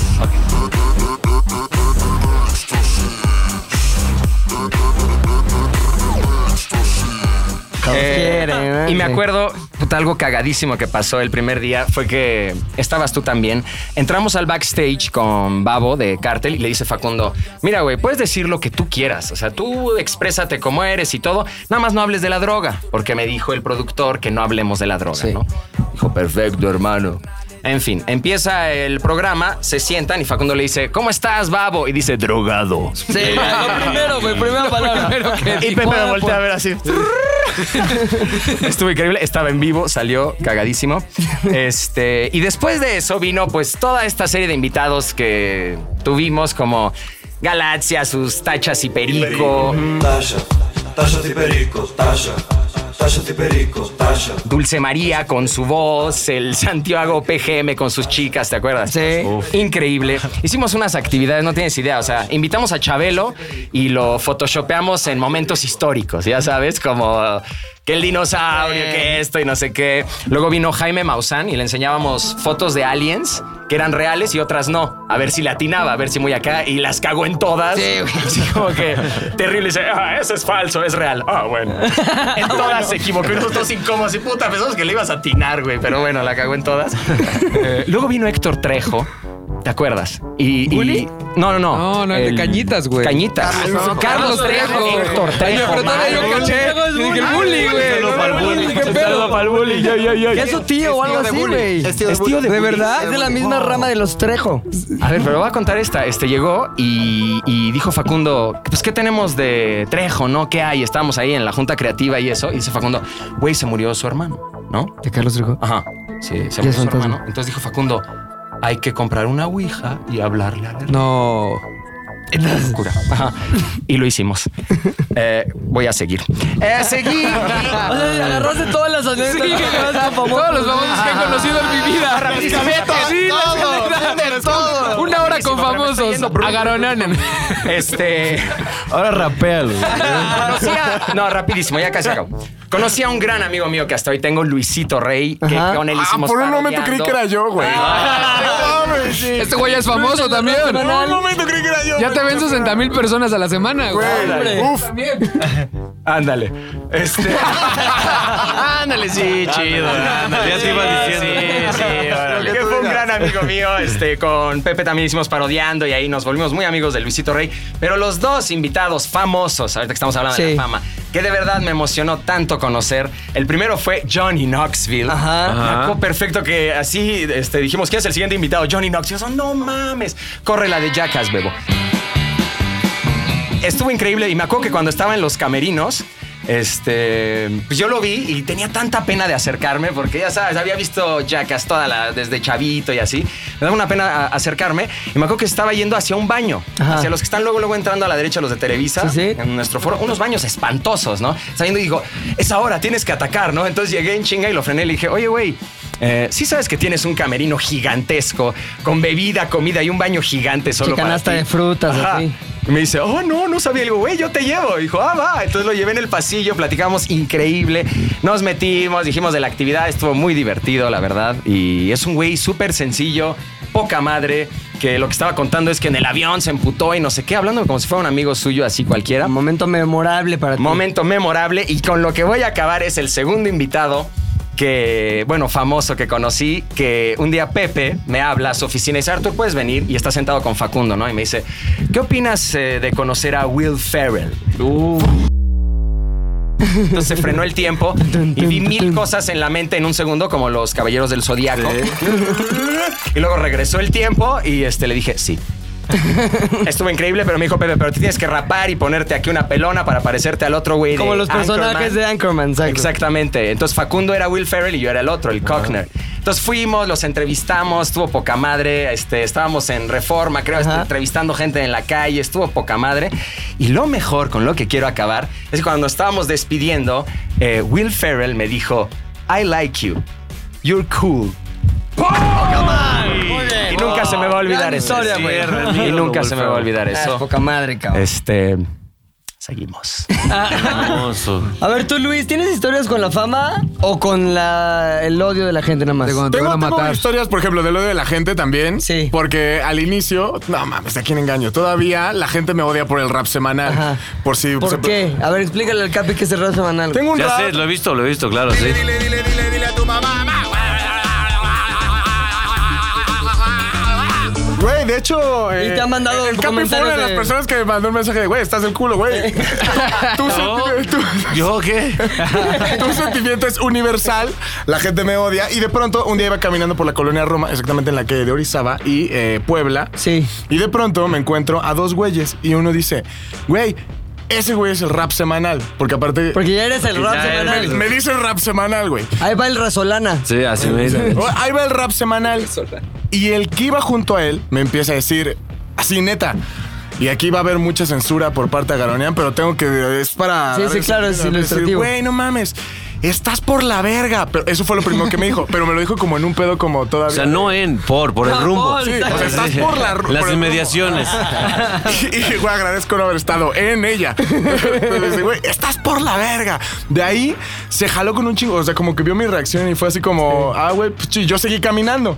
S11: Eh,
S2: Quiere,
S11: y me
S2: sí.
S11: acuerdo, puta, algo cagadísimo que pasó el primer día fue que estabas tú también. Entramos al backstage con Babo de Cartel y le dice Facundo: Mira, güey, puedes decir lo que tú quieras. O sea, tú exprésate como eres y todo. Nada más no hables de la droga, porque me dijo el productor que no hablemos de la droga, ¿no? Dijo: Perfecto, hermano. En fin, empieza el programa, se sientan y Facundo le dice: ¿Cómo estás, Babo? Y dice: Drogado.
S2: Sí, lo primero, güey, primera palabra.
S11: Y Pepe me voltea a ver así. Estuvo increíble, estaba en vivo, salió cagadísimo. Este, y después de eso vino pues toda esta serie de invitados que tuvimos como Galaxia, sus tachas y perico,
S15: Tasha, Tasha y Perico, Tasha, Tasha y Perico, Tasha.
S11: Dulce María con su voz, el Santiago PGM con sus chicas, ¿te acuerdas? Sí. Increíble. Hicimos unas actividades, no tienes idea, o sea, invitamos a Chabelo y lo photoshopeamos en momentos históricos, ya sabes, como que el dinosaurio, que esto y no sé qué. Luego vino Jaime Maussan y le enseñábamos fotos de aliens que eran reales y otras no. A ver si le atinaba, a ver si muy acá y las cagó en todas. Sí, como que terrible. Dice, ah, eso es falso, es real. Ah, bueno. En todas se equivocó. Y nosotros incómodos y puta, pensamos que le ibas a atinar, güey. Pero bueno, la cagó en todas. Eh, luego vino Héctor Trejo. ¿Te acuerdas? Y, y- no, no, no.
S12: No, no, el de Cañitas, güey.
S11: Cañitas.
S12: Carlos, no, Carlos Trejo.
S11: Héctor
S12: Oye,
S11: Trejo.
S12: pero todavía yo
S11: madre.
S12: caché. Yo dije, el bully, güey.
S11: Saludo pa'l bully.
S12: ¿Qué
S11: Saludo
S12: pedo?
S11: pa'l bully. Ya, ya, ya.
S2: ¿Qué es su tío o algo así, güey?
S11: Es tío de bully.
S2: ¿De verdad?
S11: Es
S2: Es
S11: de
S2: de la
S11: bully.
S2: misma
S11: Wow.
S2: rama de los Trejo.
S11: A ver, pero voy a contar esta. Este llegó y, y dijo Facundo, pues ¿qué tenemos de Trejo, no? ¿Qué hay? Estábamos ahí en la junta creativa y eso. Y dice Facundo, güey, se murió su hermano, ¿no?
S2: ¿De Carlos Trejo?
S11: Ajá.
S2: Ya
S11: Sí, se murió
S2: es
S11: su
S2: fantasma.
S11: hermano. Entonces dijo Facundo, hay que comprar una ouija y hablarle a la
S12: No.
S11: locura. Ajá. Y lo hicimos. Eh, voy a seguir.
S2: Eh, seguí. o sea, agarraste todas las anécdotas.
S12: Sí.
S2: Todos los
S12: Todos los famosos que he conocido en mi vida. Sí, la neta. Una hora con famosos. Agaronanen.
S11: Este. Ahora rapea, Conocía. No, rapidísimo, ya casi acabo. Conocí a un gran amigo mío que hasta hoy tengo, Luisito Rey, que
S3: Ajá.
S11: con él
S3: Ah,
S11: hicimos.
S3: por un momento creí que era yo, güey.
S12: Este güey es famoso también.
S3: Por un momento creí que era yo.
S12: Ya te ven 60 mil personas a la semana, güey.
S11: Ándale.
S12: Uf.
S11: Ándale. Este. ándale, sí, chido. Ándale,
S8: ya te iba
S11: Sí,
S8: diciendo.
S11: Sí, sí, órale. Que fue un gran amigo mío. Este, con Pepe también hicimos parodiando y ahí nos volvimos muy amigos de Luisito Rey. Pero los dos invitados famosos, ahorita que estamos hablando de
S2: Sí.
S11: la fama, que de verdad me emocionó tanto conocer. El primero fue Johnny Knoxville. Ajá. Me
S8: Ajá.
S11: acuerdo perfecto que así este, dijimos, ¿quién es el siguiente invitado? Johnny Knoxville. Yo, no mames. Corre la de Jackass, bebo estuvo increíble y me acuerdo que cuando estaba en los camerinos, este, pues yo lo vi y tenía tanta pena de acercarme porque ya sabes, había visto Jackass toda la, desde chavito y así. Me daba una pena a- acercarme y me acuerdo que estaba yendo hacia un baño,
S2: Ajá.
S11: hacia los que están luego luego entrando a la derecha los de Televisa en nuestro foro, unos baños espantosos, ¿no? Saliendo y digo, es ahora, tienes que atacar, ¿no? Entonces llegué en chinga y lo frené y le dije, "Oye, güey, eh, sí sabes que tienes un camerino gigantesco con bebida, comida y un baño gigante solo
S2: Sí,
S11: para
S2: canasta
S11: ti?"
S2: de frutas,
S11: Ajá.
S2: así.
S11: Y me dice, oh, no, no sabía. algo, güey, yo te llevo. Y dijo, ah, va. Entonces lo llevé en el pasillo, platicamos increíble. Nos metimos, dijimos de la actividad. Estuvo muy divertido, la verdad. Y es un güey súper sencillo, poca madre. Que lo que estaba contando es que en el avión se emputó y no sé qué, hablando como si fuera un amigo suyo, así cualquiera.
S2: Momento memorable para ti.
S11: Momento memorable. Y con lo que voy a acabar es el segundo invitado que, bueno, famoso que conocí, que un día Pepe me habla a su oficina y dice, Artur, puedes venir y está sentado con Facundo, ¿no? Y me dice, ¿qué opinas eh, de conocer a Will Ferrell? Entonces se frenó el tiempo y vi mil cosas en la mente en un segundo, como los caballeros del zodiaco. Y luego regresó el tiempo y este, le dije, sí. Estuvo increíble, pero me dijo Pepe, pero te tienes que rapar y ponerte aquí una pelona para parecerte al otro güey. de
S2: Como los personajes de Anchorman, exacto. Ah.
S11: Exactamente. Entonces Facundo era Will Ferrell y yo era el otro, el Cochner. Entonces fuimos, los entrevistamos, estuvo poca madre. Este, estábamos en Reforma, creo, este, entrevistando gente en la calle, estuvo poca madre. Y lo mejor con lo que quiero acabar es que cuando estábamos despidiendo, eh, Will Ferrell me dijo, I like you, you're cool. Y nunca se me va a olvidar
S2: Gran
S11: eso.
S2: historia,
S11: Sí,
S2: güey.
S11: Y nunca se me va a olvidar
S2: Ah, es
S11: eso.
S2: poca madre, cabrón.
S11: Este. Seguimos.
S8: Famoso.
S2: A ver, tú, Luis, ¿tienes historias con la fama o con la, el odio de la gente nada más?
S3: Tengo, tengo historias, por ejemplo, del odio de la gente también. Sí. Porque al inicio, no mames, ¿a quién engaño? Todavía la gente me odia por el rap semanal. Por si.
S2: ¿Por
S3: se-
S2: qué? A ver, explícale al Capi que es el rap semanal.
S3: Tengo un
S8: Ya
S3: rap.
S8: sé, lo he visto, lo he visto, claro, sí.
S3: Güey, de hecho. eh,
S2: te han mandado
S3: el Capi fue
S2: comentarios
S3: una de las
S2: de-
S3: personas que me mandó un mensaje de, güey, estás el culo, güey. tú,
S8: ¿Yo qué?
S3: tu sentimiento es universal, la gente me odia. Y de pronto, un día iba caminando por la colonia Roma, exactamente en la calle de Orizaba y eh, Puebla.
S2: Sí.
S3: Y de pronto me encuentro a dos güeyes y uno dice, güey. Ese güey es el rap semanal, porque aparte...
S2: Porque ya eres el rap
S3: Porque ya eres-
S2: semanal.
S3: Me, me dice el rap semanal, güey.
S2: Ahí va el Razolana.
S8: Sí, así me
S3: dice.
S8: dicen.
S3: Ahí va el rap semanal. Y el que iba junto a él me empieza a decir, así neta. Y aquí va a haber mucha censura por parte de Garonian, pero tengo que. Es para.
S2: Sí, sí, claro, es
S3: decir,
S2: ilustrativo.
S3: Güey, no mames. Estás por la verga. Pero eso fue lo primero que me dijo. Pero me lo dijo como en un pedo como
S8: O
S3: todavía.
S8: sea, no en, por, por el
S3: Ah,
S8: rumbo.
S3: por, sí, o sea, estás por la ru- por
S8: Las
S3: el
S8: inmediaciones.
S3: Y, y, güey, agradezco no haber estado en ella. Entonces, güey, estás por la verga. De ahí se jaló con un chingo. O sea, como que vio mi reacción y fue así como, ah, güey, pues, sí, yo seguí caminando.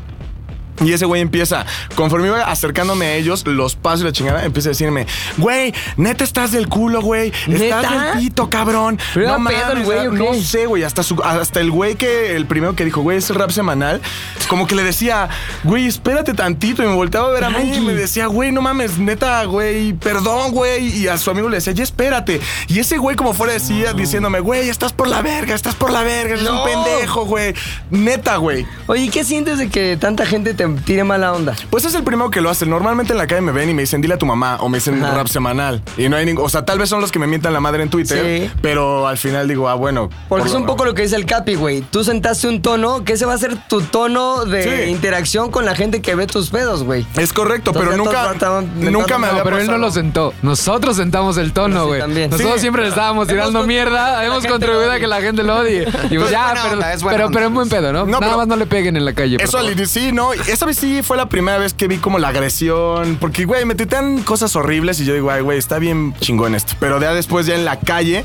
S3: Y ese güey empieza, conforme iba acercándome a ellos, los pasos y la chingada, empieza a decirme, güey, neta estás del culo, güey, estás
S2: ¿Neta?
S3: del pito, cabrón.
S2: ¿Pero era pedo el güey o
S3: no
S2: qué?
S3: sé, güey, hasta, su- hasta el güey que, el primero que dijo, güey, es el rap semanal, como que le decía, güey, espérate tantito, y me volteaba a ver a mí y me decía, güey, no mames, neta, güey, perdón, güey, y a su amigo le decía, ya espérate. Y ese güey como fuera decía, diciéndome, güey, estás por la verga, estás por la verga, eres un pendejo, güey, neta, güey.
S2: Oye, ¿y ¿qué sientes de que tanta gente te tire mala onda?
S3: Pues es el primero que lo hace. Normalmente en la calle me ven y me dicen, dile a tu mamá, o me dicen
S2: Ajá.
S3: rap semanal. Y no hay ningún. O sea, tal vez son los que me mientan la madre en Twitter,
S2: Sí.
S3: pero al final digo, ah, bueno.
S2: Porque
S3: por
S2: es
S3: lo-
S2: un poco lo que dice el Capi, güey. Tú sentaste un tono que ese va a ser tu tono de
S3: Sí.
S2: interacción con la gente que ve tus pedos, güey.
S3: Es correcto, pero
S2: Entonces,
S3: nunca-
S2: ya todos estaban-
S3: nunca me
S12: No,
S3: había
S12: pero él no
S3: pasado.
S12: lo sentó. Nosotros sentamos el tono, güey. Nosotros
S3: Sí.
S12: siempre le estábamos
S3: Hemos
S12: tirando
S3: con-
S12: mierda, hemos
S3: gente
S12: contribuido
S3: lo
S12: a
S3: odia.
S12: que la gente lo odie. Y
S3: Pero
S12: pues
S3: es
S12: ya,
S3: buena
S12: pero,
S3: onda, es buena
S12: pero,
S3: onda.
S12: pero es buen pedo, ¿no?
S3: No,
S12: Nada
S3: pero-
S12: más no le peguen en la calle. por
S3: Eso
S12: favor.
S3: al inicio, sí, no. Esa vez sí fue la primera vez que vi como la agresión. Porque, güey, me titean cosas horribles y yo digo, ay, güey, está bien chingón esto. Pero ya después, ya en la calle,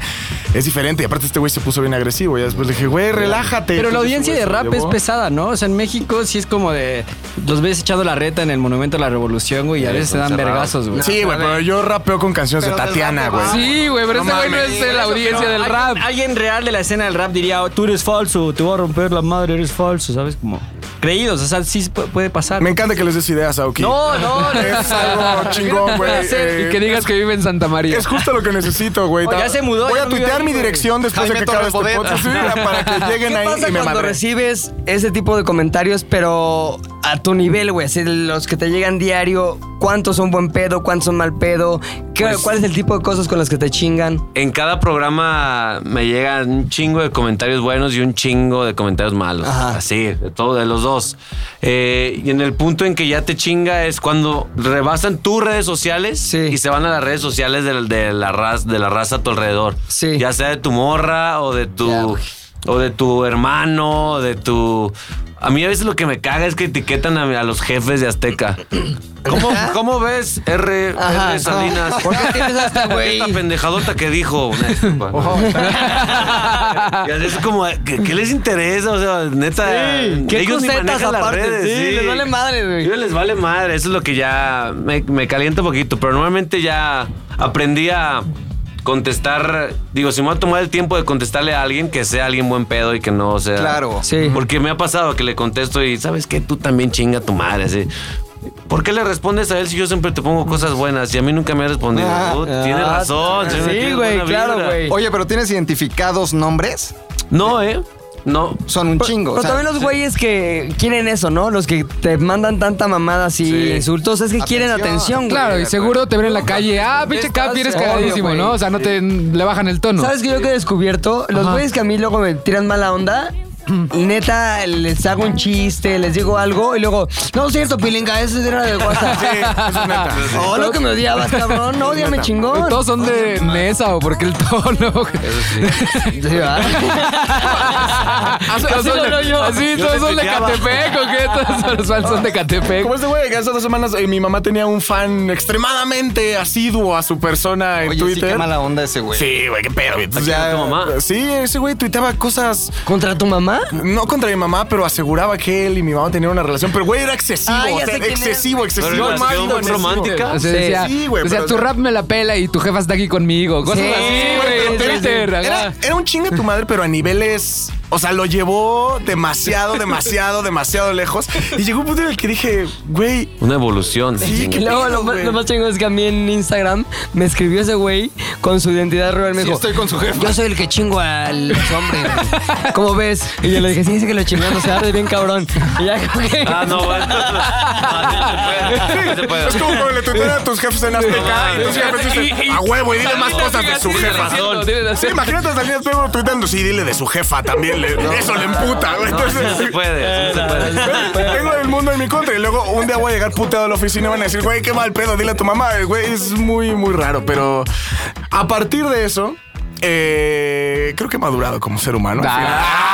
S3: es diferente. Y aparte, este güey se puso bien agresivo. Y después le dije, güey, relájate.
S5: Pero la
S3: Entonces,
S5: audiencia
S3: güey,
S5: de
S3: se
S5: rap
S3: llevó.
S5: es pesada, ¿no? O sea, en México sí es como de. Los ves echado la reta en el Monumento a la Revolución, güey, y a
S3: Sí,
S5: veces se dan
S3: encerrados.
S5: vergazos, güey.
S3: Sí, güey, pero yo rapeo con canciones de Tatiana, güey.
S12: Sí, güey, pero
S3: No
S5: este
S12: ese güey no
S3: mames.
S12: es de la audiencia del rap.
S5: Alguien, alguien real de la escena del rap diría, "Oh, tú eres falso, te voy a romper la madre, eres falso, ¿sabes? Como creídos, o sea, sí pu- puede pasar.
S3: Me encanta que les des ideas, Aoki.
S4: Oh,
S5: No, no, no.
S3: Es algo chingón, güey. eh.
S12: Y que digas que vive en Santa María.
S3: Es justo lo que necesito, güey.
S12: Oye, ya se mudó,
S3: Voy
S12: ya
S3: a
S12: no vive
S3: tuitear
S12: ahí,
S3: mi
S12: güey.
S3: dirección después de que acabe este podcast sí, para que lleguen
S2: ¿Qué
S3: ahí
S2: pasa
S3: y me
S2: cuando
S3: madren.
S2: recibes ese tipo de comentarios, pero a tu nivel, güey? Así, los que te llegan diario, ¿cuántos son buen pedo? ¿Cuántos son mal pedo? ¿Qué-
S3: Pues
S2: ¿Cuál es el tipo de cosas con las que te chingan?
S8: En cada programa me llegan un chingo de comentarios buenos y un chingo de comentarios malos. Así, de todo, de los dos. Eh, y en el punto en que ya te chinga es cuando rebasan tus redes sociales y se van a las redes sociales de, de la, raza, de la raza a tu alrededor. Ya sea de tu morra o de tu o de tu hermano, o de tu... A mí a veces lo que me caga es que etiquetan a, a los jefes de Azteca. ¿Cómo, cómo ves R, R
S4: Ajá.
S8: Salinas?
S4: ¿Por qué tienes a este güey?
S8: Esta pendejadota que dijo. Una disculpa.
S2: Oh.
S8: Y es como, ¿qué, qué les interesa? O sea, neta,
S2: Sí, qué
S8: ellos ni
S2: cosetas
S8: manejan las
S2: aparte,
S8: redes.
S2: sí, les vale madre, güey.
S8: Ellos les vale madre, eso es lo que ya me, me calienta un poquito, pero normalmente ya aprendí a contestar, digo, si me voy a tomar el tiempo de contestarle a alguien, que sea alguien buen pedo y que no sea...
S6: Claro.
S8: Sí. Porque me ha pasado que le contesto y, ¿sabes qué? Tú también chinga a tu madre, así. ¿Por qué le respondes a él si yo siempre te pongo cosas buenas y a mí nunca me ha respondido?
S2: Ah,
S6: Ah,
S8: Tú tienes razón. yo no quiero buena vibra.
S6: Oye, pero ¿tienes identificados nombres?
S8: No, ¿eh? No.
S6: Son un chingo.
S2: Pero también los güeyes que quieren eso, ¿no? Los que te mandan tanta mamada así, insultos, es que quieren atención, güey.
S12: Claro, y seguro te ven en la calle. Ah, pinche
S2: contestas,
S12: Capi, eres
S2: obvio,
S12: cagadísimo,
S2: güey.
S12: ¿no? O sea, no te le bajan el tono.
S2: ¿Sabes qué yo que he descubierto? Los
S12: Ajá.
S2: güeyes que a mí luego me tiran mala onda. Neta, les hago un chiste, les digo algo y luego, no, cierto, pilinga, eso era de WhatsApp.
S4: Sí, eso es neta.
S2: Oh, lo que me odiabas, cabrón, no, odiame chingón.
S12: Todos son de mesa o porque el tono.
S4: Así
S12: Así, todos
S4: lo
S12: son
S4: veo
S12: de-
S4: yo.
S12: así,
S4: Yo
S12: todos
S4: te
S12: son de
S4: tuiteaba.
S12: Catepec, ¿o qué? Todos son- son- son de Catepec.
S3: Como este güey, que hace dos semanas eh, mi mamá tenía un fan extremadamente asiduo a su persona en
S6: Oye, sí,
S3: Twitter.
S6: qué mala onda ese güey.
S3: Sí, güey, qué pedo. güey. Entonces ya- Sí, ese güey tuiteaba cosas.
S2: ¿Contra tu mamá?
S3: No contra mi mamá, pero aseguraba que él y mi mamá tenían una relación. Pero güey, era excesivo.
S12: Ah, ya
S3: o
S12: sé
S3: sea,
S12: quién es.
S3: excesivo, excesivo.
S8: Pero era
S3: excesivo,
S8: relación
S3: excesivo.
S8: romántica.
S12: O sea, decía,
S3: Sí, güey.
S12: o sea,
S3: pero-
S12: tu rap me la pela y tu jefa está aquí conmigo. Cosas
S3: Sí,
S12: así,
S3: güey,
S12: güey. en
S3: pero-
S12: Twitter, ajá.
S3: era, era un chingue tu madre, pero a niveles. O sea, lo llevó demasiado, demasiado, demasiado lejos. Y llegó un punto en el que dije, güey,
S8: Una evolución.
S2: Sí, que luego lo, más- lo más chingón es que a mí en Instagram me escribió ese güey con su identidad real. Me
S6: Sí,
S2: dijo,
S6: estoy con su jefa.
S2: Yo soy el que chingo al hombre. güey. ¿Cómo ves? Y yo le dije, sí, dice que lo chingamos, se arde bien cabrón. Y ya como que...
S8: Ah, no, bueno. No, sí se puede, sí se puede.
S3: Es como cuando le tuitean a tus jefes en
S12: Ah,
S3: Azteca y tus jefes dicen, a huevo, y dile más cosas de su jefa. Sí, imagínate a Salinas Pliego tuiteando, sí, dile de su jefa también. le- eso le emputa. güey.
S8: No,
S3: Entonces,
S8: eso no se puede, eso no se puede.
S3: Tengo el mundo en mi contra y luego un día voy a llegar puteado a la oficina y van a decir, güey, qué mal pedo, dile a tu mamá. Eh, Güey, es muy, muy raro, pero a partir de eso, eh, creo que he madurado como ser humano.
S2: Ah,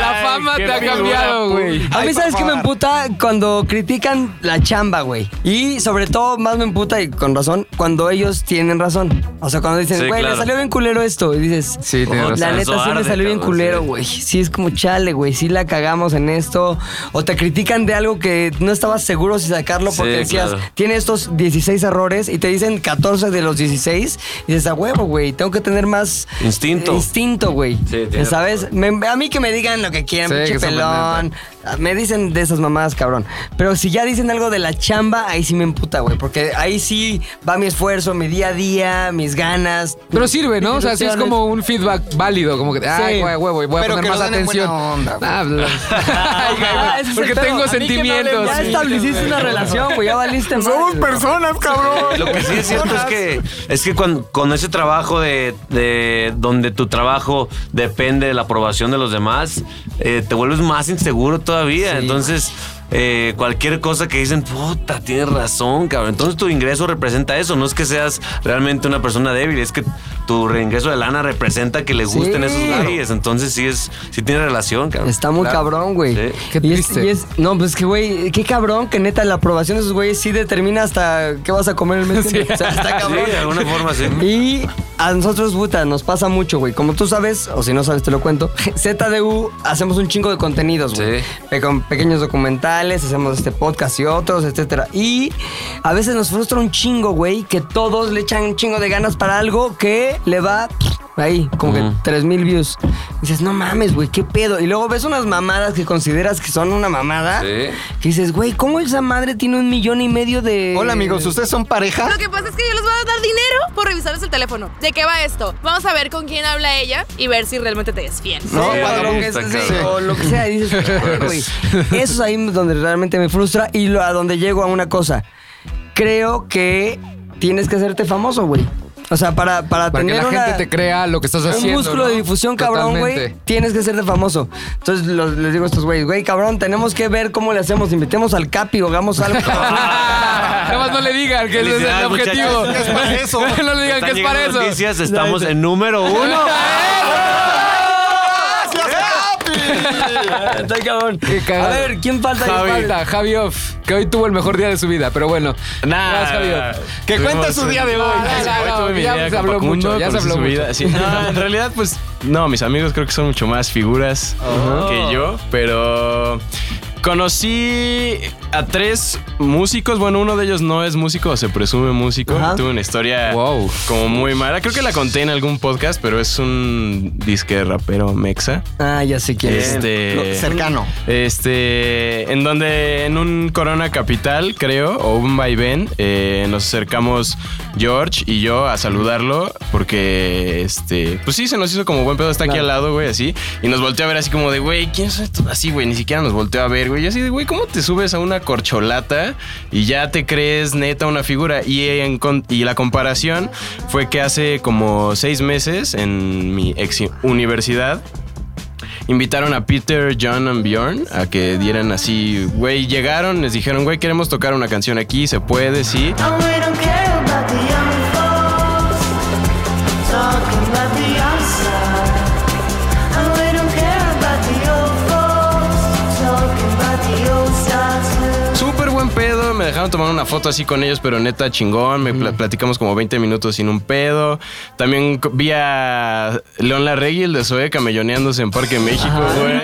S12: La fama
S3: qué
S12: te ha
S3: figura
S12: cambiado, güey.
S2: A mí, ¿sabes qué me emputa? Cuando critican la chamba, güey. Y sobre todo, más me emputa, y con razón, cuando ellos tienen razón. O sea, cuando dicen,
S12: Sí,
S2: güey,
S12: claro.
S2: le salió bien culero esto. Y dices, "Oh,
S12: Sí, tienes razón.
S2: la neta
S12: Eso
S2: sí le
S12: arde,
S2: salió bien
S12: cabrón,
S2: culero,
S12: sí.
S2: güey. Sí, es como chale, güey. Sí la cagamos en esto. O te critican de algo que no estabas seguro si sacarlo
S12: Sí,
S2: porque decías,
S12: claro.
S2: tiene estos 16 errores y te dicen 14 de los 16. Y dices, a huevo, güey. Tengo que tener más eh,
S8: Instinto.
S2: instinto, güey.
S8: tienes
S2: ¿Sabes? Me- a mí que me digan lo que quieran,
S12: Sí,
S2: pinche
S12: que son
S2: pelón. Me dicen de esas mamadas, cabrón. Pero si ya dicen algo de la chamba, ahí sí me emputa, güey. Porque ahí sí va mi esfuerzo, mi día a día, mis ganas.
S12: Pero sirve, ¿no? O sea, sí es como un feedback válido, como que, ay,
S2: Sí.
S12: güey, huevo, voy a
S2: Pero
S12: poner
S2: que
S12: más
S2: lo den en
S12: atención.
S2: buena onda, güey.
S12: Ah, bla- Ay, güey,
S2: Ah, ese es el
S12: porque
S2: pedo. A
S12: tengo
S2: mí que no
S12: sentimientos.
S2: le- ya
S12: Sí,
S2: estableciste
S12: güey.
S2: una relación, güey. Ya valiste más.
S3: Somos personas, cabrón.
S8: Lo que sí es cierto es que, es que cuando, con ese trabajo de, de- donde tu trabajo depende de la aprobación de los demás, eh, te vuelves más inseguro todavía. Entonces, eh, cualquier cosa que dicen, puta, tienes razón, cabrón. Entonces tu ingreso representa eso. No es que seas realmente una persona débil, es que tu reingreso de lana representa que le
S2: Sí.
S8: gusten esos güeyes. Entonces sí es, sí tiene relación, cabrón.
S2: Está muy
S8: Claro.
S2: cabrón, güey.
S8: Sí.
S2: Y es- y es- no, pues que, güey, qué cabrón que neta la aprobación de esos güeyes sí determina hasta qué vas a comer el mes. que viene. O sea, está cabrón.
S8: Ah, Sí, de alguna forma sí.
S2: Y a nosotros, puta, nos pasa mucho, güey. Como tú sabes, o si no sabes, te lo cuento. ZDU hacemos un chingo de contenidos, güey. Pe- con pequeños documentales, hacemos este podcast y otros, etcétera. Y a veces nos frustra un chingo, güey, que todos le echan un chingo de ganas para algo que le va. Ahí, como que 3000 views. Dices, no mames, güey, qué pedo. Y luego ves unas mamadas que consideras que son una mamada. Que dices, güey, ¿cómo esa madre tiene un millón y medio de.
S6: Hola, amigos, ¿ustedes son pareja?
S16: Lo que pasa es que yo les voy a dar dinero por revisarles el teléfono. ¿De qué va esto? Vamos a ver con quién habla ella y ver si realmente te desfiel.
S2: No, para lo que, sí, o lo que sea, dices, "Ay, güey". Eso es ahí donde realmente me frustra y lo- a donde llego a una cosa. Creo que tienes que hacerte famoso, güey. O sea, para, para,
S12: Para que
S2: tener
S12: la
S2: una-
S12: gente te crea lo que estás
S2: Un
S12: haciendo,
S2: músculo
S12: ¿no?
S2: de difusión, cabrón, güey.
S12: Totalmente.
S2: Tienes que hacerte famoso. Entonces los- les digo a estos güeyes, güey, cabrón, tenemos que ver cómo le hacemos. Invitemos al Capi o hagamos algo.
S12: Nada más no le digan que ese es el
S8: Felicidades,
S12: objetivo.
S8: muchachos. Es para eso.
S12: no le digan
S8: Están
S12: que es para
S8: llegando
S12: eso.
S8: Noticias, estamos en número uno.
S12: Eh.
S2: Está cabrón. A ver, ¿quién falta? ¿Quién
S12: Javi.
S2: falta?
S12: Javi Off, que hoy tuvo el mejor día de su vida, pero bueno. Nada.
S10: Que cuente su día de hoy.
S12: Ah,
S10: Hoy tuve mi día
S12: Ya se
S10: de
S12: habló
S10: Acapulco,
S12: mucho, ya se
S10: conocí
S12: habló
S10: su vida.
S12: mucho.
S10: Sí, no, en realidad, pues, no, mis amigos creo que son mucho más figuras
S12: Ajá.
S10: que yo, pero conocí a tres músicos. Bueno, uno de ellos no es músico, o se presume músico. Tuve una historia como muy mala. Creo que la conté en algún podcast, pero es un disque rapero mexa.
S2: Ah, ya sé quién es.
S10: Este,
S2: No, cercano.
S10: Este, en donde en un Corona Capital, creo, o un vaivén, eh, nos acercamos George y yo a saludarlo porque, este, pues sí, se nos hizo como buen pedo, está aquí al lado, güey, así. Y nos volteó a ver así como de, güey, ¿quién es esto? Así, güey, ni siquiera nos volteó a ver, güey. Y así de, güey, ¿cómo te subes a una corcholata y ya te crees neta una figura? Y, en con- y la comparación fue que hace como seis meses en mi ex universidad, invitaron a Peter, John and Bjorn a que dieran así, güey, llegaron, les dijeron, güey, queremos tocar una canción aquí, se puede, sí. Súper buen pedo, me dejaron tomar una foto así con ellos, pero neta chingón, me pla- platicamos como 20 minutos sin un pedo. También co- vi a León Larregui, el de Zoe, camelloneándose en Parque México, güey.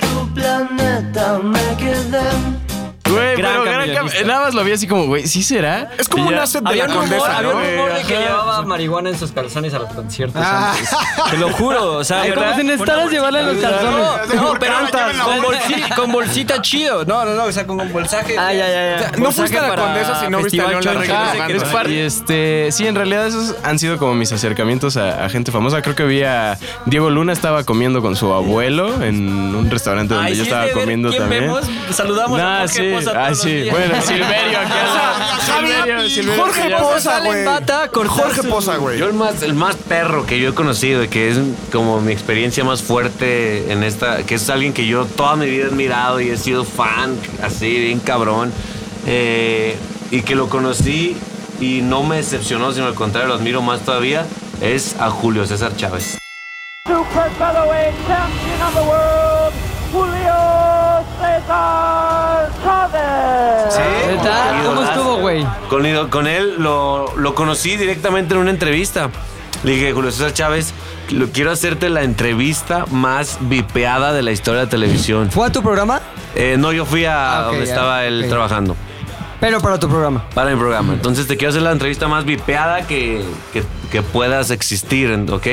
S10: Güey,
S4: Gran
S10: pero gran
S4: camellonista.
S10: cam- nada más lo vi así como, güey, ¿sí será?
S3: Es como
S10: Y
S3: un
S10: ya-
S3: asset de la condesa, ¿no? Ajá.
S17: llevaba marihuana en sus calzones a los conciertos
S3: Ah.
S17: antes. Te lo juro, o sea,
S4: Ay, como
S17: ¿verdad?
S4: si necesitaras
S17: Una
S4: llevarle los
S17: bolsita.
S4: calzones.
S17: No, no, pero
S4: Cantas,
S17: antes, con,
S4: llévenla.
S17: bolsi- con bolsita chido. No, no, no, o sea, con un bolsaje. Ah, ya, ya,
S10: sea, no fuiste a la condesa si no viste a León Larregui
S5: Ah,
S10: tocando. Y este, sí, en realidad esos han sido como mis acercamientos a, a gente famosa. Creo que vi a Diego Luna estaba comiendo con su abuelo en un restaurante donde
S17: Ay,
S10: yo
S17: sí,
S10: estaba
S17: de ver
S10: comiendo
S17: quién
S10: también.
S17: vemos, saludamos a
S10: Nah,
S17: Jorge
S10: sí,
S17: Poza
S10: ah,
S17: todos
S10: sí.
S17: los días.
S10: Bueno, Silverio, aquí Silverio, Silverio,
S17: Jorge
S10: ya.
S17: Poza, güey.
S8: Jorge Poza, güey. Yo el más, el más perro que yo he conocido y que es como mi experiencia más fuerte en esta, que es alguien que yo toda mi vida he admirado y he sido fan, así, bien cabrón, eh, y que lo conocí y no me decepcionó, sino al contrario, lo admiro más todavía, es a Julio César Chávez.
S4: Super featherweight champion of the world, Julio César Chávez.
S8: ¿Qué
S4: tal?
S12: ¿Cómo estuvo, güey?
S8: Con, ido- con él lo, lo conocí directamente en una entrevista. Le dije, Julio César Chávez, lo, quiero hacerte la entrevista más vipeada de la historia de la televisión.
S2: ¿Fue a tu programa?
S8: Eh, no, yo fui a
S2: Ah, ok,
S8: donde
S2: ya,
S8: estaba él
S2: ok.
S8: trabajando,
S2: Pero para tu programa.
S8: para mi programa. Entonces te quiero hacer la entrevista más vipeada que, que- que puedas existir, en- ¿ok?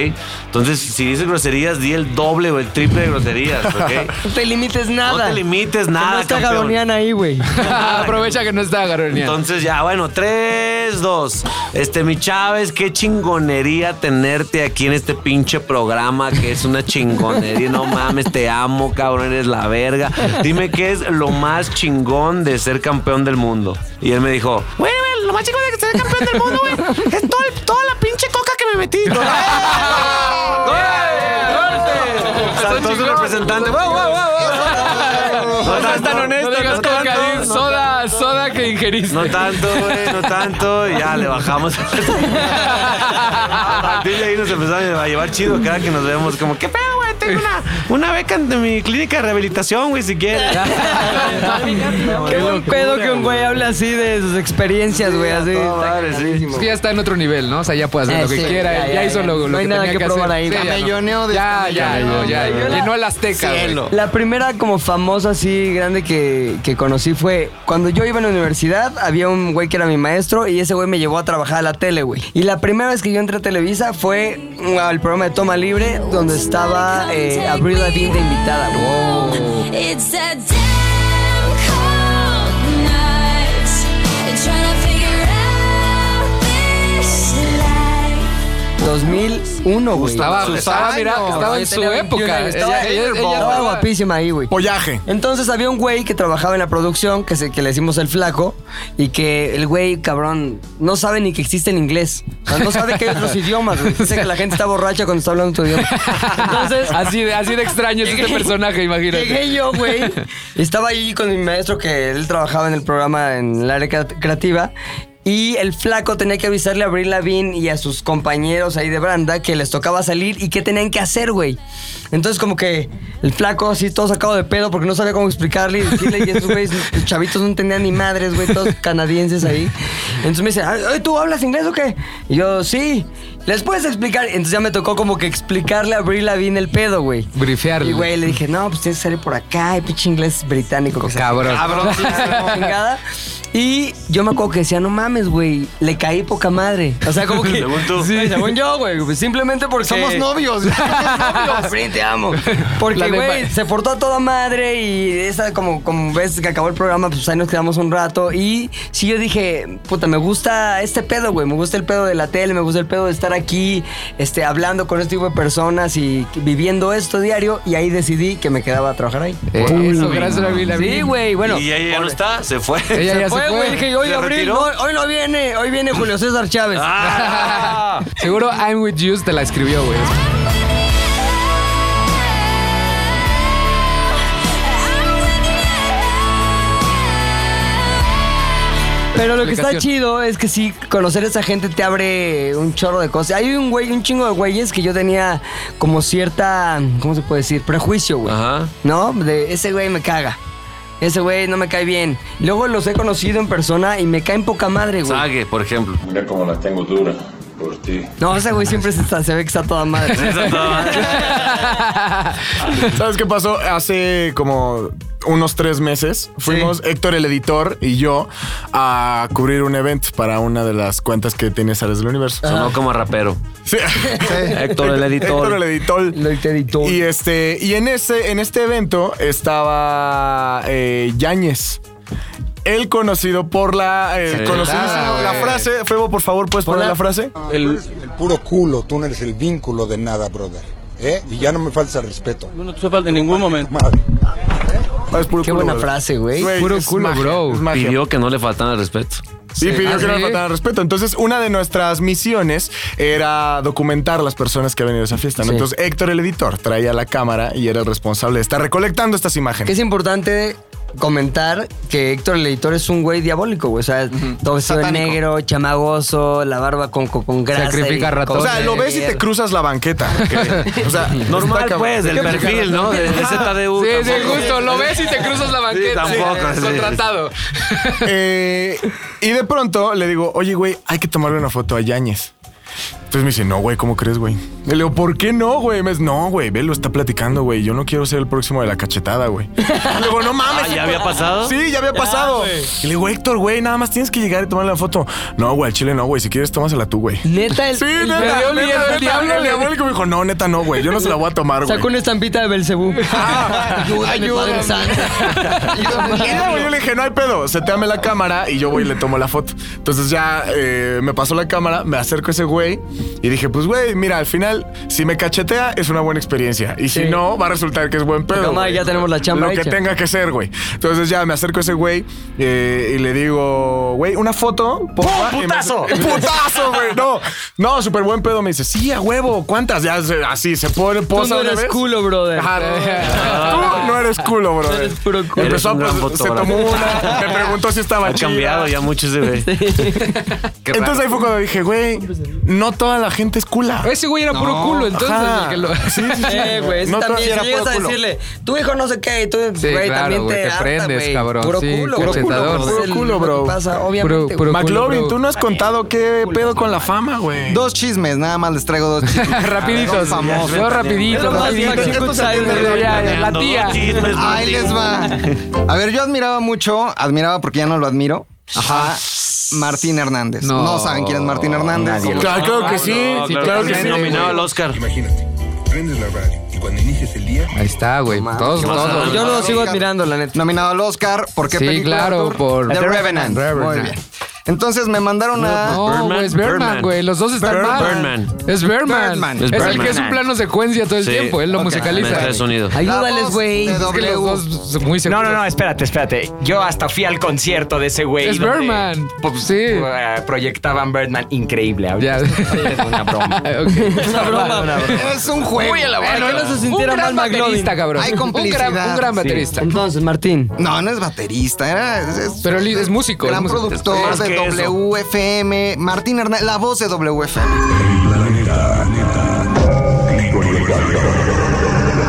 S8: Entonces, si dices groserías, di el doble o el triple de groserías, ¿ok?
S2: No te limites nada.
S8: No te limites nada,
S2: No está
S8: campeón.
S2: Garoniana ahí, güey.
S12: Aprovecha que no está Garoniana.
S8: Entonces ya, bueno, tres, dos. Este, mi Chávez, qué chingonería tenerte aquí en este pinche programa que es una chingonería. No mames, te amo, cabrón, eres la verga. Dime qué es lo más chingón de ser campeón del mundo. Y él me dijo,
S4: Güey, güey, lo más chico de ser campeón del mundo, güey, es todo el- toda la pinche coca que me metí.
S8: saltó su representante. ¡Wow, wow, wow!
S12: No seas tan honesto, no digas coca, di soda,
S8: soda que ingeriste. No tanto, güey, no tanto. Y Ya le bajamos. A partir de ahí nos empezaron a llevar chido cada que nos vemos como, ¿qué pedo, güey? Tengo una, una beca de mi clínica de rehabilitación, güey, si quieres.
S2: Qué buen pedo que un güey hable así de sus experiencias, güey. Así.
S12: Es que ya está en otro nivel, ¿no? O sea, ya puede hacer
S2: Eh,
S12: lo que
S2: sí,
S12: quiera.
S2: ya,
S12: Ya,
S2: ya,
S12: hizo
S2: ya.
S12: lo, lo
S2: No hay
S12: que
S2: nada
S12: tenía
S2: que
S12: que, hacer.
S2: probar ahí.
S12: ya no.
S2: Camelloneo de este
S12: ya, ya,
S2: camelloneo.
S12: ya, ya,
S2: Yo la-
S12: Llenó el Azteca, güey.
S2: La primera como famosa así grande que, que conocí fue cuando yo iba a la universidad, había un güey que era mi maestro y ese güey me llevó a trabajar a la tele, güey. Y la primera vez que yo entré a Televisa fue mm, al programa de Toma Libre donde estaba eh, Avril Lavigne de invitada, güey.
S4: It's a damn cold night. Trying to figure out this life.
S2: 2001, güey.
S12: Estaba-
S2: Sus
S12: estaba,
S2: años.
S12: mira, estaba en
S2: Ella
S12: su
S2: tenía
S12: época.
S2: 21 años. Estaba,
S12: Ella- ella- ella
S2: estaba
S12: estaba-
S2: guapísima ahí, güey. Pollaje. Entonces había un güey que trabajaba en la producción, que, se, que le decimos el flaco, y que el güey, cabrón, no sabe ni que existe en inglés. O sea, no sabe que hay otros idiomas, güey. Dice que la gente está borracha cuando está hablando tu idioma. Entonces...
S12: Así de, así de extraño es este
S2: Llegué-
S12: personaje, imagínate.
S2: Llegué yo, güey. y Estaba ahí con mi maestro que él trabajaba en el programa en el área crea- creativa. Y el flaco tenía que avisarle a Abril Lavigne y a sus compañeros ahí de Branda que les tocaba salir y qué tenían que hacer, güey. Entonces, como que el flaco así todo sacado de pedo porque no sabía cómo explicarle y decirle. Y estos güeyes, los chavitos no entendían ni madres, güey, todos canadienses ahí. Entonces me dice, "Ay, ¿tú hablas inglés o qué? Y yo, sí. ¿Les puedes explicar? Entonces ya me tocó como que explicarle a Abril Lavigne el pedo, güey.
S12: Brifearle.
S2: Y güey, le dije, no, pues tienes que salir por acá, y pinche inglés británico. que se-
S12: Cabrón.
S2: Cabrón, sí, no, chingada. Y yo me acuerdo que decía, no mames, güey, le caí poca madre. O sea, como que.
S8: Según tú.
S2: Sí, según yo, güey. pues, Simplemente porque.
S6: Somos novios.
S2: Abril, te amo. Porque,
S6: La de-
S2: güey, se portó a toda madre y esa, como, como ves que acabó el programa, pues ahí nos quedamos un rato. Y sí, yo dije, puta, me gusta este pedo, güey. Me gusta el pedo de la tele, me gusta el pedo de estar aquí, este, hablando con este tipo de personas y viviendo esto diario. Y ahí decidí que me quedaba a trabajar ahí.
S12: eso, gracias a Abril Lavigne.
S2: Sí, güey, bueno.
S8: Y ella ya no está, se fue.
S2: se fue, güey. Dije, hoy
S8: ¿Se
S2: Abril,
S8: retiró?
S2: no, hoy no viene, hoy viene Julio César Chávez. Ah.
S12: Seguro I'm with you te la escribió, güey.
S2: Pero lo que está
S12: Explicación.
S2: chido es que sí, conocer a esa gente te abre un chorro de cosas. Hay un güey, un chingo de güeyes que yo tenía como cierta, ¿cómo se puede decir? Prejuicio, güey. ¿No? De ese güey me caga. Ese güey no me cae bien. Luego los he conocido en persona y me caen poca madre, güey.
S8: Sague, por ejemplo.
S18: Mira cómo la tengo dura por ti.
S2: No, ese güey siempre se, está- se ve que está toda madre.
S3: ¿Sabes qué pasó? Hace como unos tres meses fuimos Héctor el editor y yo a cubrir un evento para una de las cuentas que tiene Sales del Universo.
S8: Sonó como rapero.
S3: Sí.
S8: Héctor el editor.
S3: Héctor el editor. Y este, y en ese, en este evento estaba eh, Yáñez. Él conocido por la eh,
S19: Sí.
S3: conocidísimo,
S19: Ah,
S3: la
S19: güey.
S3: frase. Febo, por favor, puedes poner la frase.
S19: El, el puro culo, tú no eres el vínculo de nada, brother. ¿Eh? Y ya no me falta el respeto. No, te falta en ningún momento.
S2: Qué
S3: Ah, culo,
S2: buena
S3: bro.
S2: frase, güey.
S3: Güey,
S2: Puro
S3: es
S2: culo,
S3: magia,
S2: bro. Ah,
S3: es magia.
S8: Pidió que no le faltara el respeto.
S3: Sí, pidió que no le faltara respeto. Entonces, una de nuestras misiones era documentar las personas que habían ido a esa fiesta. ¿no?
S2: Sí.
S3: Entonces, Héctor, el editor, traía la cámara y era el responsable de estar recolectando estas imágenes.
S2: Que es importante comentar que Héctor el editor es un güey diabólico, güey. O sea, todo vestido de
S3: Satánico.
S2: negro, chamagoso, la barba con, con, con grasa. y con-
S3: O sea, lo ves y te cruzas la banqueta. O sea,
S8: Normal,
S3: está
S8: pues, del
S3: cabrón.
S8: perfil, ¿no? De, de ZDU.
S12: Sí, sí,
S8: tampoco.
S12: justo. Lo ves y te cruzas la banqueta.
S8: Sí, tampoco, sí.
S12: Contratado.
S3: Eh, y de pronto le digo, oye, güey, hay que tomarle una foto a Yáñez. Entonces me dice, no, güey, ¿cómo crees, güey? Y Le digo, ¿por qué no, güey? Me dice, no, güey, velo, está platicando, güey. Yo no quiero ser el próximo de la cachetada, güey. Luego, no mames.
S8: Ah, ¿ya había pasado?
S3: Sí, ya había
S8: Ya,
S3: pasado.
S8: güey.
S3: y le digo, Héctor, güey, nada más tienes que llegar y tomarle la foto. No, güey, al chile no, güey. Si quieres, tómasela tú, güey.
S2: Neta, el,
S3: Sí,
S2: el-
S3: neta,
S2: me dio
S3: neta,
S2: miedo
S3: neta,
S2: el diablo.
S3: el diabólico me dijo, no, neta, no, güey. Yo no se la voy a tomar, güey.
S2: Sacó una estampita de Belcebú. Ayúdame, Padre
S3: Ayúdame.
S2: Santo.
S3: No, güey, yo le dije, no hay pedo, seteame la cámara y yo voy y le tomo la foto. Entonces ya eh, me pasó la cámara, me acerco a ese güey y dije, pues güey, mira, al final, si me cachetea es una buena experiencia y si
S2: Sí.
S3: no, va a resultar que es buen pedo.
S2: Poca madre,
S3: güey.
S2: ya tenemos la chamba
S3: Lo que
S2: hecha.
S3: tenga que ser, güey. Entonces ya me acerco a ese güey eh, y le digo, güey, una foto. porfa".
S13: ¡Pum,
S3: Y me hace-
S13: putazo!
S3: ¡Oh, ¡Putazo, güey! No, no, súper buen pedo. Me dice, sí, a huevo, ¿cuántas? Ya se- así se pone posa
S2: no
S3: una
S2: eres
S3: vez.
S2: culo, brother.
S3: Ajá, Tú no eres culo, bro.
S2: Eres puro culo.
S3: Empezó,
S8: Eres un
S3: pues,
S8: gran
S3: se
S8: fotógrafo.
S3: tomó una, me preguntó si estaba
S8: Ha
S3: chida.
S8: cambiado ya mucho ese güey. Qué raro.
S3: Entonces ahí fue cuando dije, güey, no toda la gente es cula.
S12: Ese güey era puro culo, entonces, el que lo-
S3: Sí, sí, sí.
S2: Eh, güey, ese
S3: No toda-
S2: también,
S3: era
S2: si llegas
S3: puro
S2: a
S3: culo.
S2: decirle, tu hijo no sé qué, y tú,
S12: Sí,
S2: güey,
S12: claro,
S2: también
S12: güey,
S2: te,
S12: te
S2: harta,
S12: prendes,
S2: güey.
S12: cabrón,
S2: Puro
S12: sí,
S2: culo,
S12: puro
S2: güey.
S12: culo,
S2: Es
S12: puro
S2: el-
S3: culo,
S2: lo que
S3: bro.
S2: pasa, obviamente, güey.
S3: McLovin, tú no has contado qué pedo con la fama, güey.
S6: Dos chismes, nada más les traigo dos chismes.
S12: Rapiditos.
S6: famosos.
S12: Yo rapidito, rapidito. Ya, ya, La tía.
S6: Ahí les va. A ver, yo admiraba mucho, admiraba porque ya no lo admiro. Ajá. Martín Hernández. No, saben quién es Martín Hernández.
S3: Nadie lo Claro, sabe. claro que sí, sí, claro que sí. Nominado al
S8: Oscar.
S19: Imagínate, prendes la radio y cuando inicias el día...
S12: Ahí está, güey. Todos, todos.
S6: Yo lo sigo
S2: admirando, la neta.
S6: Nominado al Oscar, ¿por qué
S12: Sí,
S6: película,
S12: claro,
S6: Arthur?
S12: por-
S6: The
S12: The
S6: Revenant.
S12: Revenant.
S6: Muy bien. Entonces me mandaron a.
S12: No, güey, es Birdman, güey. Los dos están
S6: Birdman.
S12: mal.
S6: Birdman.
S12: Es Birdman.
S6: Birdman.
S12: Es el
S6: Birdman.
S12: que es un plano secuencia todo el
S8: Sí.
S12: tiempo. Él lo
S8: Ok. Mezcla
S12: musicaliza.
S8: de sonido.
S2: Ayúdales, güey.
S12: Es que los dos muy
S11: No,
S12: seguros.
S11: no, no, espérate, espérate. Yo hasta fui al concierto de ese güey.
S12: Es
S11: donde,
S12: Birdman.
S11: pues, eh, Proyectaban Birdman increíble. Ahorita Es una broma.
S12: Ok.
S11: Una broma. Una broma.
S6: Es un juego.
S12: Muy elaborado.
S6: Bueno,
S12: no se sintiera
S6: un gran
S12: mal McLovin.
S6: baterista, cabrón.
S12: Hay
S6: Hay complicidad.
S12: complicidad. Sí.
S2: Entonces, Martín.
S6: No, no es baterista. Era, es, Pero
S12: es músico.
S6: Gran
S12: es músico.
S6: productor
S12: Es
S6: de
S8: eso.
S12: que
S6: WFM, Martín Hernández, la voz de WFM.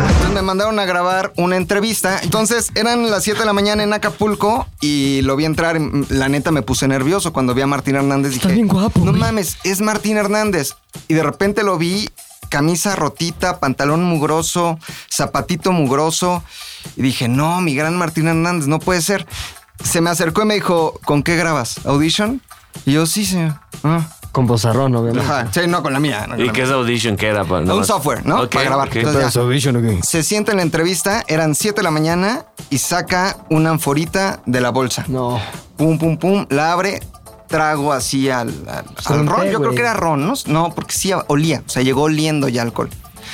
S6: Entonces me mandaron a grabar una entrevista. Entonces eran las 7 de la mañana en Acapulco y lo vi entrar. La neta me puse nervioso cuando vi a Martín Hernández. Dije, no mames, es Martín Hernández. Y de repente lo vi, camisa rotita, pantalón mugroso, zapatito mugroso. Y dije, no, mi gran Martín Hernández, no puede ser. Se me acercó y me dijo, ¿con qué grabas? ¿Audition? Y yo, sí, señor. Ah.
S2: Con bozarrón, obviamente.
S6: Ajá. Sí, no con la mía. no con
S8: ¿Y
S6: la
S8: qué es Audition? ¿Qué era? pues, Para,
S6: un software, ¿no? Para grabar. Entonces, ya.
S2: Audition,
S6: Se sienta en la entrevista, eran 7 de la mañana y saca una anforita de la bolsa.
S2: No.
S6: Pum, pum, pum, la abre, trago así al, al- al
S2: un
S6: ron.
S2: té,
S6: Yo creo
S2: güey.
S6: que era ron, ¿no? No, porque sí olía, o sea, llegó oliendo ya alcohol.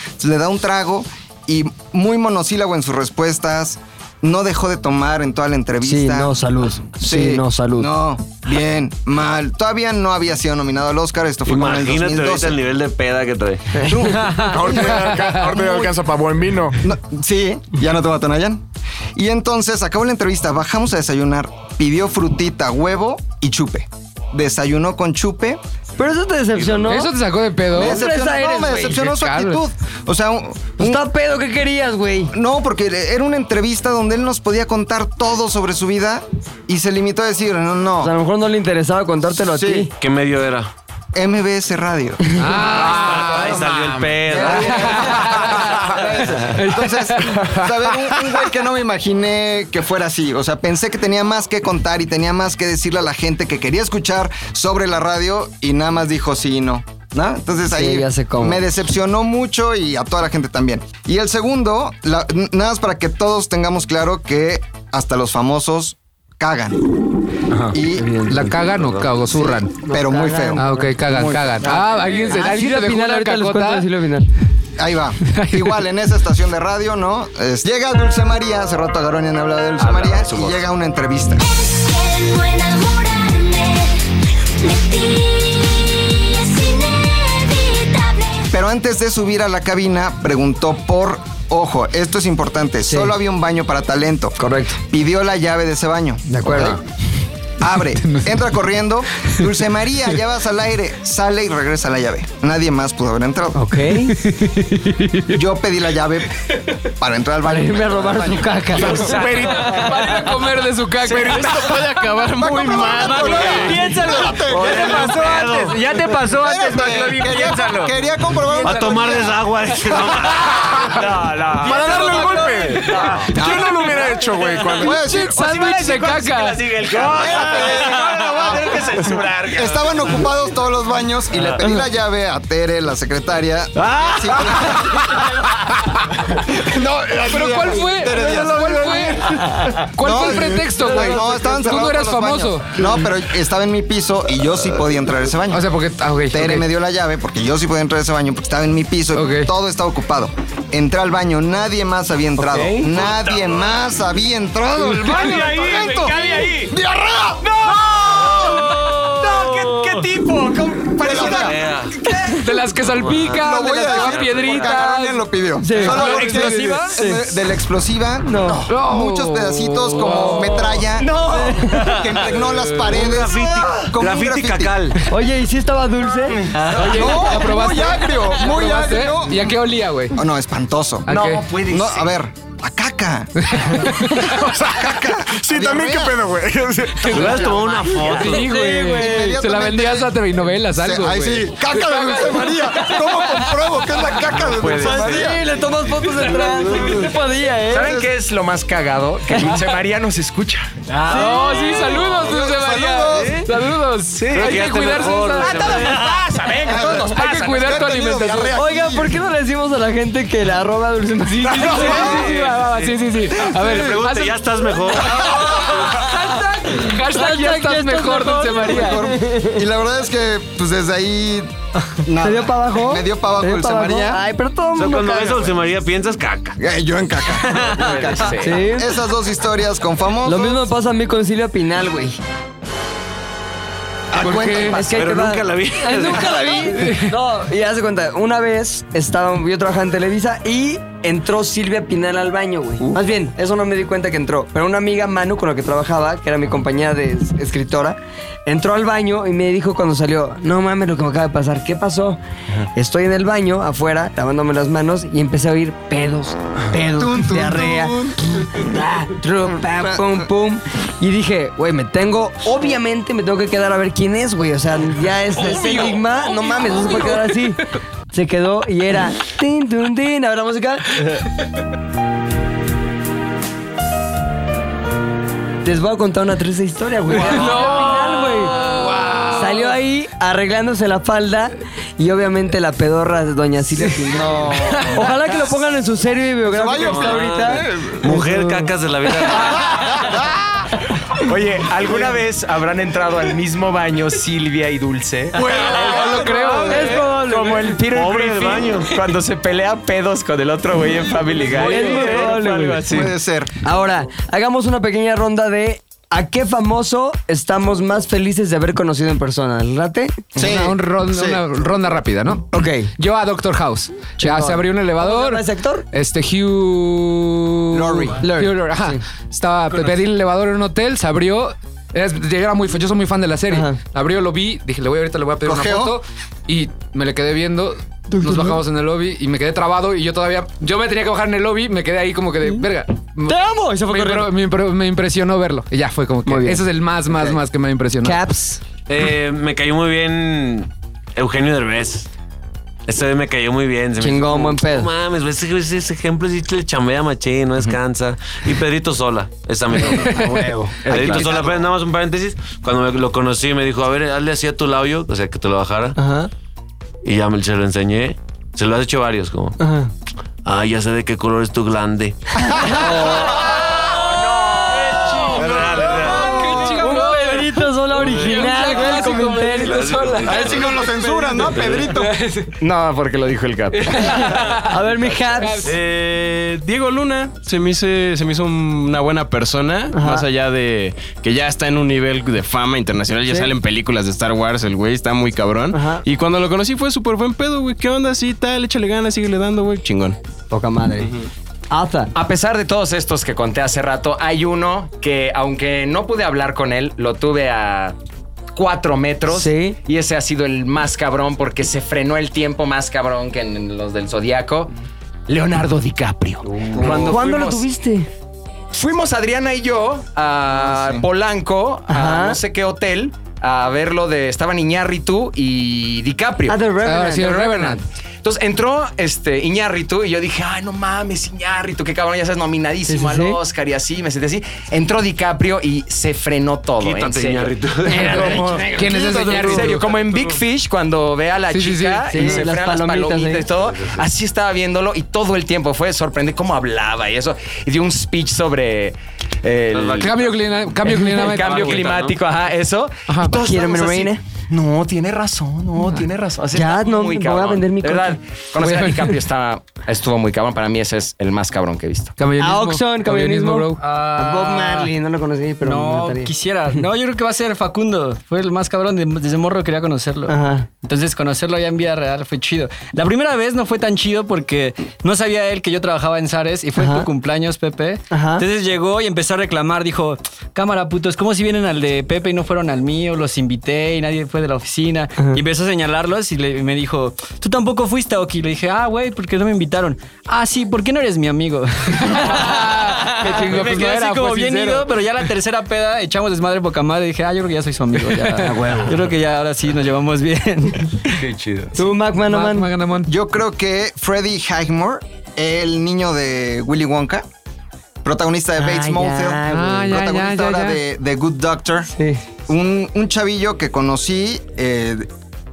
S6: Entonces, le da un trago y muy monosílabo en sus respuestas. No dejó de tomar en toda la entrevista.
S2: Sí, no, salud. Sí, no, salud.
S6: No, bien, mal. Todavía no había sido nominado al Oscar. Esto fue como en el
S8: Imagínate ahorita
S6: 2012.
S8: el nivel de peda que trae.
S3: Ahorita ya alca- ahorita ya alcanza para buen vino.
S6: No, sí, ya no toma Tonayán. Y entonces acabó la entrevista, bajamos a desayunar, pidió frutita, huevo y chupe. Desayunó con chupe.
S2: Pero eso te decepcionó.
S12: Eso te sacó de pedo.
S6: Me
S12: Hombre,
S6: decepcionó,
S12: esa eres,
S6: no, me
S12: güey.
S6: decepcionó
S12: Qué
S6: su
S12: caro.
S6: actitud. O sea,
S2: está pedo, ¿qué querías, güey?
S6: No, porque era una entrevista donde él nos podía contar todo sobre su vida y se limitó a decir, no, no.
S2: O sea, a lo mejor no le interesaba contártelo a ti.
S6: Sí.
S8: ¿Qué medio era?
S6: MBS Radio.
S8: Ahí salió el pedo.
S6: Entonces, saber un, un güey que no me imaginé que fuera así. O sea, pensé que tenía más que contar y tenía más que decirle a la gente que quería escuchar sobre la radio y nada más dijo sí y no. ¿No? Entonces
S2: Sí,
S6: ahí
S2: ya sé cómo.
S6: me decepcionó mucho y a toda la gente también. Y el segundo, la- n- nada más para que todos tengamos claro que hasta los famosos cagan. y
S12: ¿La cagan o cagozurran?
S6: pero muy feo.
S12: Ah, ok, cagan,
S6: Muy-
S12: cagan. Ah, alguien se.
S6: Ah, sí,
S12: ¿Alguien
S6: al
S12: te dejó
S6: final,
S12: una
S6: ahorita les cuento,
S12: cacota?
S6: sí, Ahí va. Igual en esa estación de radio, ¿no? Es- llega Dulce María, hace rato Garoni han hablado de Dulce María, y llega una entrevista. Pero antes de subir a la cabina, preguntó por. Ojo, esto es importante. Solo había un baño para talento.
S2: Correcto.
S6: Pidió la llave de ese baño. De
S2: acuerdo.
S6: Abre, entra corriendo. Dulce María, ya vas al aire. Sale y regresa la llave. Nadie más pudo haber entrado.
S2: Ok.
S6: Yo pedí la llave para entrar al baño. Para
S2: irme a robar su caca.
S12: Para ir a comer de su caca.
S4: Pero esto puede acabar muy mal.
S12: Piénsalo.
S4: Ya te pasó antes. Ya te pasó antes, McLovin. Piénsalo.
S6: Quería comprobar.
S8: A tomar desagua. dije, no, No, no.
S3: Para darle un golpe.
S4: Ah,
S3: Yo no lo hubiera hecho, güey. Cuando...
S6: Voy a decir,
S12: Sándwich de caca.
S6: Estaban ocupados todos los baños y le pedí la llave a Tere, la secretaria.
S12: Ah.
S6: Sí. no,
S12: Pero ¿cuál fue?
S6: Tere Díaz.
S12: ¿Cuál fue? ¿Cuál
S6: No,
S12: fue el pretexto, güey?
S6: No, estaban
S12: Tú
S6: cerrados
S12: no eras
S6: todos los
S12: famoso.
S6: baños. No, pero estaba en mi piso y yo sí podía entrar a ese baño.
S12: O sea, porque. ah, ok,
S6: Tere
S12: ok.
S6: me dio la llave porque yo sí podía entrar a ese baño porque estaba en mi piso. y
S12: Ok.
S6: Todo estaba ocupado. Entré al baño, nadie más había entrado. Nadie más había entrado al baño.
S4: Cabe ahí, güey,
S6: correcto.
S4: cabe ahí.
S6: ¡Diarrea!
S4: No, ¿qué, qué tipo? ¿Cómo? Parece una...
S12: De las que salpican,
S6: Lo
S12: de
S6: voy
S12: las
S6: a
S12: que van
S6: decir porque Carolina
S12: piedritas.
S6: lo pidió.
S2: Sí.
S6: Solo
S12: ¿La
S6: porque-
S12: explosiva?
S6: De, de la explosiva, no.
S12: No.
S6: Muchos pedacitos como metralla. Oh. No. Que impregnó las paredes. Ah, Como un
S8: Graffiti
S6: graffiti.
S8: cacal.
S2: Oye, ¿y si estaba dulce?
S12: Oye,
S6: No,
S12: ¿la probaste?
S6: muy agrio,
S12: ¿La
S6: muy
S12: probaste?
S6: agrio.
S12: ¿Y a qué olía, güey?
S6: Oh, no, espantoso.
S12: ¿A qué?
S6: puede no, A ver, a caca.
S3: O sea, caca. Sí, también qué pedo, güey.
S8: Te hubieras tomado una foto.
S12: Sí, güey.
S6: Inmediatamente-
S12: Se la vendías a telenovelas, algo,
S6: Ahí
S12: güey.
S6: sí, caca de Dulce María. ¿Cómo compruebo que es la caca de Dulce María?
S2: Sí, le tomas fotos detrás. ¿Qué podía, eh?
S9: ¿Saben qué es lo más cagado? Que Dulce María nos escucha.
S12: No, Ah, oh, sí, saludos, Dulce María. ¿Eh? Saludos.
S8: Creo que
S12: Hay
S8: ya
S12: que
S8: está
S12: cuidarse.
S8: mejor,
S12: esa-
S8: Dulce María.
S9: pasa, venga, a todos nos
S12: Hay que cuidar tu alimentación.
S2: Oiga, ¿por qué no le decimos a la gente que la arroba dulce María?
S12: Sí, sí, sí, sí, sí, va, va, va, sí, sí, sí. A
S8: Le
S12: ver,
S8: pregunto, ¿ya estás mejor?
S12: hashtag, hashtag ya estás mejor, Dulce María.
S6: Y la verdad es que, pues desde ahí. Nada.
S2: ¿Te dio para abajo?
S6: Me dio para
S2: ¿Te
S6: abajo
S2: dio
S6: Dulce
S2: para abajo?
S6: María.
S2: Ay, pero todo
S8: O
S2: el
S8: sea,
S2: mundo
S8: cuando
S2: caga,
S8: ves a
S2: güey.
S8: Dulce María piensas caca.
S6: Eh, Yo en caca. Yo en caca.
S2: Sí.
S6: Esas dos historias con famosos.
S2: Lo mismo me pasa a mí con Silvia Pinal, güey. A
S8: ¿Por
S2: cuenta
S8: qué?
S2: y pasa.
S8: Ah, Pero
S2: ahí te va.
S8: nunca la vi.
S2: Ay, nunca la vi. No, y haz de cuenta, una vez estaba, yo trabajaba en Televisa y entró Silvia Pinal al baño, güey.
S8: Uh.
S2: Más bien, eso no me di cuenta que entró. Pero una amiga, Manu, con la que trabajaba, que era mi compañera de es- escritora, entró al baño y me dijo cuando salió, no mames lo que me acaba de pasar, ¿qué pasó? Estoy en el baño, afuera, lavándome las manos y empecé a oír pedos, pedos, diarrea, ta, tru, pa, pum, pum. Y dije, güey, me tengo, obviamente me tengo que quedar a ver quién es, güey. O sea, ya es ese
S14: Obvio,
S2: enigma, no mames, no se puede quedar así. Se quedó y era, tin, tin, tin, ahora música. Les voy a contar una triste historia, güey.
S14: No,
S2: Salió ahí arreglándose la falda y obviamente la pedorra de Doña Silvia. No. Ojalá que lo pongan en su serie biográfica que está ahorita.
S8: Mujer cacas de la vida.
S9: Oye, ¿alguna vez habrán entrado al mismo baño Silvia y Dulce?
S11: Pues, No lo creo.
S9: Es probable. Como el Peter
S11: Pobre del
S9: Griffin
S11: baño.
S9: cuando se pelea pedos con el otro güey en Family Guy.
S2: Es muy probable,
S9: Algo
S2: güey.
S9: así.
S2: Ahora, hagamos una pequeña ronda de ¿a qué famoso estamos más felices de haber conocido en persona? ¿El rate?
S12: Una, un ron- una ronda rápida, ¿no?
S2: Ok.
S12: Yo a Doctor House. Ya
S2: Chingón.
S12: se abrió un elevador.
S2: ¿Ese actor?
S12: Este Hugh
S2: Laurie.
S12: Hugh Laurie, ajá. Estaba pedí el elevador en un hotel, se abrió. Es- yo, era muy, fan- yo soy muy fan de la serie. Abrió, lo vi, dije, le voy ahorita le voy a pedir
S6: ¿Cojeó?
S12: una foto y me le quedé viendo. Nos bajamos en el lobby y me quedé trabado y yo todavía yo me tenía que bajar en el lobby, me quedé ahí como que de verga. Te
S2: amo,
S12: me, impre- me impre- me impresionó verlo. Y ya fue como que
S8: Muy bien.
S12: ese es el más más más que me impresionó.
S2: Caps.
S8: Eh, me cayó muy bien Eugenio Derbez. Este güey me cayó muy bien. se me hizo
S2: Chingón,
S8: como,
S2: buen pedo.
S8: No mames, güey, ese, ese- ese ejemplo sí le chambea machín, no descansa. Y Pedrito Sola, es amigo. Pedrito
S14: Claro.
S8: Sola, pero nada más un paréntesis. Cuando me lo conocí me dijo, a ver, hazle así a tu labio, o sea, que te lo bajara.
S2: Ajá.
S8: Y ya me, se lo enseñé. Se lo has hecho varios, como,
S2: Ajá.
S8: ah, ya sé de qué color es tu glande.
S2: Un Pedrito Sola original, güey, el comentario.
S14: A ver si no lo censuran, ¿no, Pedrito?
S11: No, porque lo dijo el Cap.
S2: A ver, mi Haps.
S10: Eh, Diego Luna se me, hice- se me hizo una buena persona, más allá de que ya está en un nivel de fama internacional, ya
S11: Sí.
S10: salen películas de Star Wars, el güey está muy cabrón. Y cuando lo conocí fue súper buen pedo, güey, ¿qué onda? Sí, tal, échale ganas, síguele dando, güey, chingón.
S2: Poca madre.
S11: A pesar de todos estos que conté hace rato, hay uno que, aunque no pude hablar con él, lo tuve a cuatro metros.
S2: Sí.
S11: Y ese ha sido el más cabrón porque se frenó el tiempo más cabrón que en los del Zodíaco. Leonardo DiCaprio. Cuando
S2: ¿Cuándo lo
S11: fuimos-
S2: tuviste? Ah,
S11: Fuimos Adriana y yo a Polanco, a no sé qué hotel, a ver lo de. Estaban Iñárritu y DiCaprio.
S2: Ah, The Revenant.
S11: Ah, sí,
S2: The
S11: The Revenant.
S2: Revenant.
S11: Entonces entró este, Iñárritu y yo dije, ay, no mames, Iñárritu, qué cabrón, ya sabes, nominadísimo
S2: Sí, sí,
S11: al
S2: sí.
S11: Oscar y así, me sentí así. Entró DiCaprio y se frenó todo. en
S8: Quítate,
S11: serio.
S8: Iñárritu.
S11: Era como-
S12: ¿Quién es ese
S11: Quítate,
S12: Iñárritu?
S11: En serio, como en Big Fish, cuando ve a la
S12: Sí, sí,
S11: chica
S12: sí.
S11: y
S12: Sí,
S11: se
S12: las
S11: frenan las
S12: palomitas,
S11: palomitas
S12: sí.
S11: y todo. Así estaba viéndolo y todo el tiempo fue sorprendente cómo hablaba y eso. Y dio un speech sobre el
S12: Cambio, clina- cambio climático.
S11: El cambio climático, ajá, eso. Y todos
S2: Quiero mi
S11: estábamos así,
S2: reina.
S11: No, tiene razón, no, tiene razón. Así
S2: Ya,
S11: está
S2: no,
S11: muy
S2: voy
S11: cabrón.
S2: a vender mi
S11: De
S2: coche.
S11: verdad, conocer a
S2: Voy a-
S11: DiCaprio está, estuvo muy cabrón. Para mí ese es el más cabrón que he visto.
S2: A Oxxon, camionismo.
S5: Camionismo, bro.
S2: A Ah, Bob Marley, no lo conocí, pero me
S5: No,
S2: encantaría.
S5: quisiera. No, yo creo que va a ser Facundo. Fue el más cabrón. de- desde morro quería conocerlo.
S2: Ajá.
S5: Entonces, conocerlo ya en vida real fue chido. La primera vez no fue tan chido porque no sabía él que yo trabajaba en Zares y fue
S2: Ajá.
S5: tu cumpleaños, Pepe.
S2: Ajá.
S5: Entonces llegó y empezó a reclamar. Dijo, cámara, putos, ¿cómo si vienen al de Pepe y no fueron al mío? Los invité y nadie fue de la oficina. Y empezó a señalarlos y, le- y me dijo, ¿tú tampoco fuiste, Oki? Le dije, ah, güey, porque no me invitaron. Ah, sí, ¿por qué no eres mi amigo?
S12: chingó,
S5: Ah, me
S12: pues
S5: quedé
S12: no
S5: así
S12: era,
S5: como
S12: fue
S5: bien
S12: sincero.
S5: ido, pero ya la tercera peda echamos desmadre poca madre. Dije, ah, yo creo que ya soy su amigo. ya.
S12: Ah,
S6: A huevo.
S5: Yo creo que ya ahora sí nos llevamos bien.
S6: Qué chido.
S2: Tú, Mac Manaman.
S6: Yo creo que Freddy Highmore, el niño de Willy Wonka, protagonista de
S2: Ah,
S6: Bates
S2: ya,
S6: Motel,
S2: güey. Ah, ya,
S6: protagonista
S2: ya, ya,
S6: ahora
S2: ya.
S6: De, de Good Doctor. Un, un chavillo que conocí eh,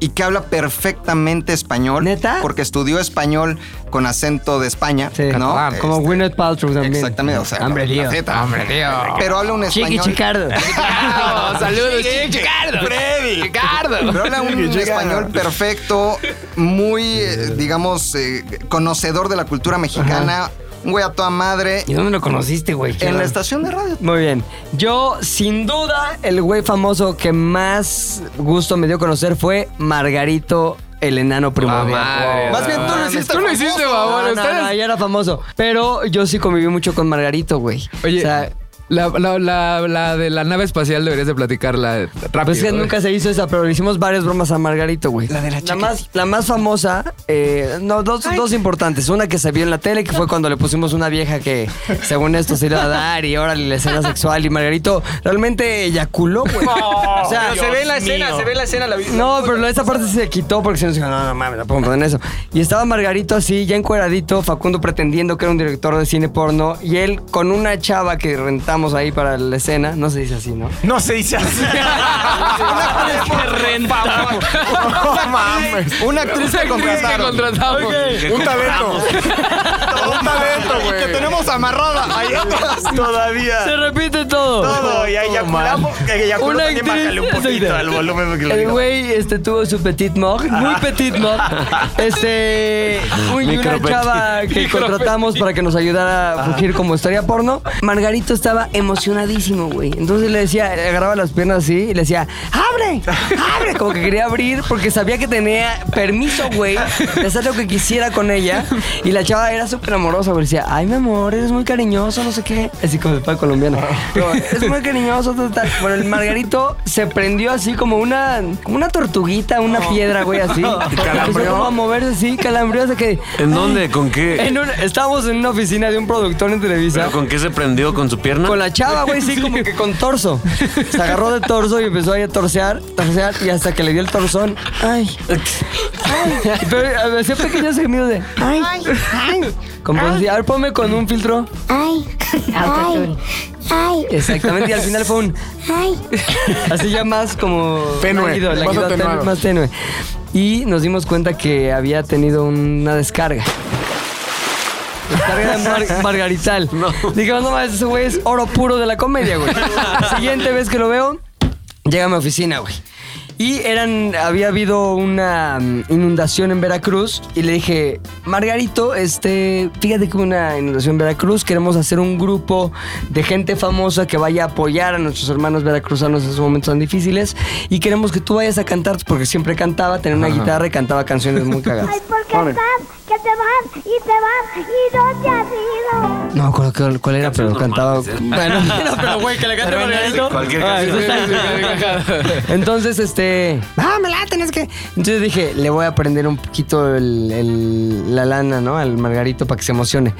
S6: y que habla perfectamente español. ¿Neta? Porque estudió español con acento de España, ¿no?
S2: Ah, como
S6: Este,
S2: Gwyneth Paltrow también.
S6: Exactamente, o sea,
S2: Hambre
S6: la
S2: lío.
S6: neta.
S2: Hambre lío.
S6: Pero habla un
S2: Chiqui
S6: español.
S2: Chicardo.
S12: Saludos, Chicardo.
S6: Freddy.
S12: Chicardo.
S6: Pero habla un
S12: Chicardo.
S6: español perfecto, muy, eh, digamos, eh, conocedor de la cultura mexicana. Un güey a toda madre.
S2: ¿Y dónde lo conociste, güey?
S6: En la estación de radio.
S2: Muy bien. Yo, sin duda, el güey famoso que más gusto me dio conocer fue Margarito. El enano primordial.
S6: madre, Más bien, tú lo
S2: mames,
S6: hiciste
S2: Tú lo
S6: famoso.
S2: hiciste, babón.
S6: No, no,
S2: ustedes-
S6: no,
S2: ya era famoso. Pero yo sí conviví mucho con Margarito, güey.
S12: Oye, la, la- la- la de la nave espacial deberías de platicarla rápido.
S2: Pues que nunca se hizo esa, pero le hicimos varias bromas a Margarito, güey. La de la más, La más famosa, eh, no, dos, dos importantes. Una que se vio en la tele, que fue cuando le pusimos una vieja que, según esto, se iba a dar y ahora la escena sexual. Y Margarito realmente eyaculó, güey. o sea,
S17: pero se ve la escena, se ve la escena. La vi-
S2: No, pero esa parte sí se quitó porque se nos dijo, no, no mames, no podemos poner eso. Y estaba Margarito así, ya encueradito, Facundo pretendiendo que era un director de cine porno, y él con una chava que rentamos ahí para la escena, no se dice así, ¿no?
S7: No se dice así.
S2: rentamos.
S3: No mames.
S6: Una actriz que contrataron.
S3: Ok. Un talento. Un talento, güey.
S6: Que tenemos amarrada ahí atrás.
S7: Todavía.
S2: Se repite todo.
S7: Todo, y ahí ya curamos, que ya
S2: Una
S7: también
S2: actriz-
S7: bájale un poquito
S2: Exacto.
S7: al volumen porque lo
S2: El
S7: digo.
S2: güey este, tuvo su petit mog, muy petit mog. Este, un- y una
S7: Micro petit.
S2: chava que
S7: Micro
S2: contratamos para que nos ayudara a fugir como historia porno. Margarito estaba emocionadísimo, güey. Entonces le decía, le agarraba las piernas así y le decía, ¡abre! ¡abre! Como que quería abrir porque sabía que tenía permiso, güey, de hacer lo que quisiera con ella. Y la chava era súper amorosa, güey. Decía, ¡ay, mi amor, eres muy cariñoso, no sé qué! Así como el padre colombiano.
S12: Ah.
S2: Pero, es muy cariñoso, tal, tal. Bueno, el Margarito se prendió así como una, como una tortuguita, una piedra, güey, así. Empezó como a moverse así, calambrió hasta que...
S8: ¿En dónde? ¿Con qué?
S2: En un- estábamos en una oficina de un productor en Televisa.
S8: ¿Pero con qué se prendió? ¿Con su pierna?
S2: Con la chava, güey, sí, como que con torso. Se agarró de torso y empezó ahí a torcear, torcear, y hasta que le dio el torzón. Ay. Ay. Pero a ver, hacía pequeños gemidos de. Ay. Ay. Como si, a ver, ponme con un filtro. Ay.
S14: Autotune.
S2: Ay. Exactamente, y al final fue un. Ay. Así ya más como.
S3: Tenue,
S2: láguido,
S3: más
S2: láguido,
S3: atenuado.
S2: tenue, más tenue. Y nos dimos cuenta que había tenido una descarga. Descarga mar- margarital. Dijimos, no mames, ese güey es oro puro de la comedia, güey. Siguiente vez que lo veo, llega a mi oficina, güey. Y eran, había habido una mm, inundación en Veracruz y le dije, Margarito, este, fíjate que hubo una inundación en Veracruz, queremos hacer un grupo de gente famosa que vaya a apoyar a nuestros hermanos veracruzanos en esos momentos tan difíciles y queremos que tú vayas a cantar, porque siempre cantaba, tenía una
S14: Ajá.
S2: guitarra y cantaba canciones muy cagadas.
S14: Ay, porque
S2: Órale.
S14: estás, que te vas y te vas y no te has ido.
S2: No me acuerdo cuál, cuál era, pero cantaba. Bueno,
S12: ¿eh?
S14: No, pero, güey, que le cante Margarito.
S2: Cualquier canción. Entonces, este. Ah, me laten, es que. Entonces dije, le voy a prender un poquito el- el- la lana, ¿no? Al Margarito para que se emocione.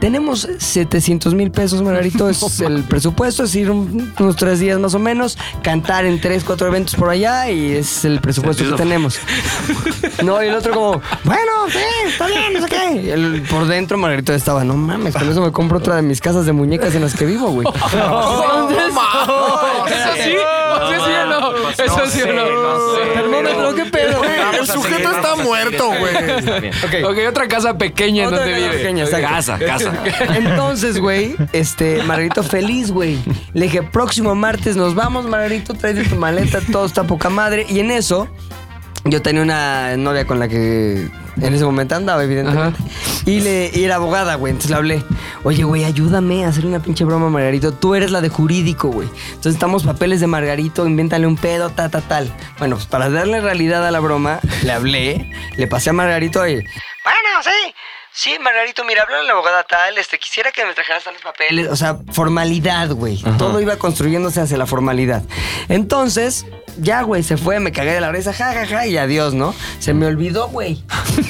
S2: Tenemos 700 mil pesos, Margarito. Es el presupuesto, es ir un- unos tres días más o menos, cantar en tres, cuatro eventos por allá y es el presupuesto que tenemos. No, y el otro como, bueno, sí, está bien, no sé qué. Y el- por dentro Margarito estaba, no mames, con eso me compro otra de mis casas de muñecas en las que vivo, güey. Entonces-
S14: Eso sí, eso sí o no. Eso sí o no.
S2: Termómetro, qué pedo.
S14: El sujeto está muerto, güey.
S12: Ok, otra casa pequeña en donde vive.
S2: Pequeña, exacto. Este,
S12: Casa, casa.
S2: Entonces, güey, este, Margarito feliz, güey. Le dije, próximo martes nos vamos, Margarito, tráete tu maleta, todo está poca madre. Y en eso, yo tenía una novia con la que en ese momento andaba, evidentemente. Y, le, y era abogada, güey. Entonces le hablé, oye, güey, ayúdame a hacer una pinche broma, Margarito. Tú eres la de jurídico, güey. Entonces estamos papeles de Margarito, invéntale un pedo, ta, ta, tal. Bueno, pues para darle realidad a la broma, le hablé, le pasé a Margarito, oye, Bueno, sí. Sí, Margarito, mira, habla la abogada tal, este, quisiera que me trajeras los papeles. O sea, formalidad, güey. Todo iba construyéndose hacia la formalidad. Entonces, ya, güey, se fue, me cagué de la risa, ja, ja, ja, y adiós, ¿no? Se me olvidó, güey.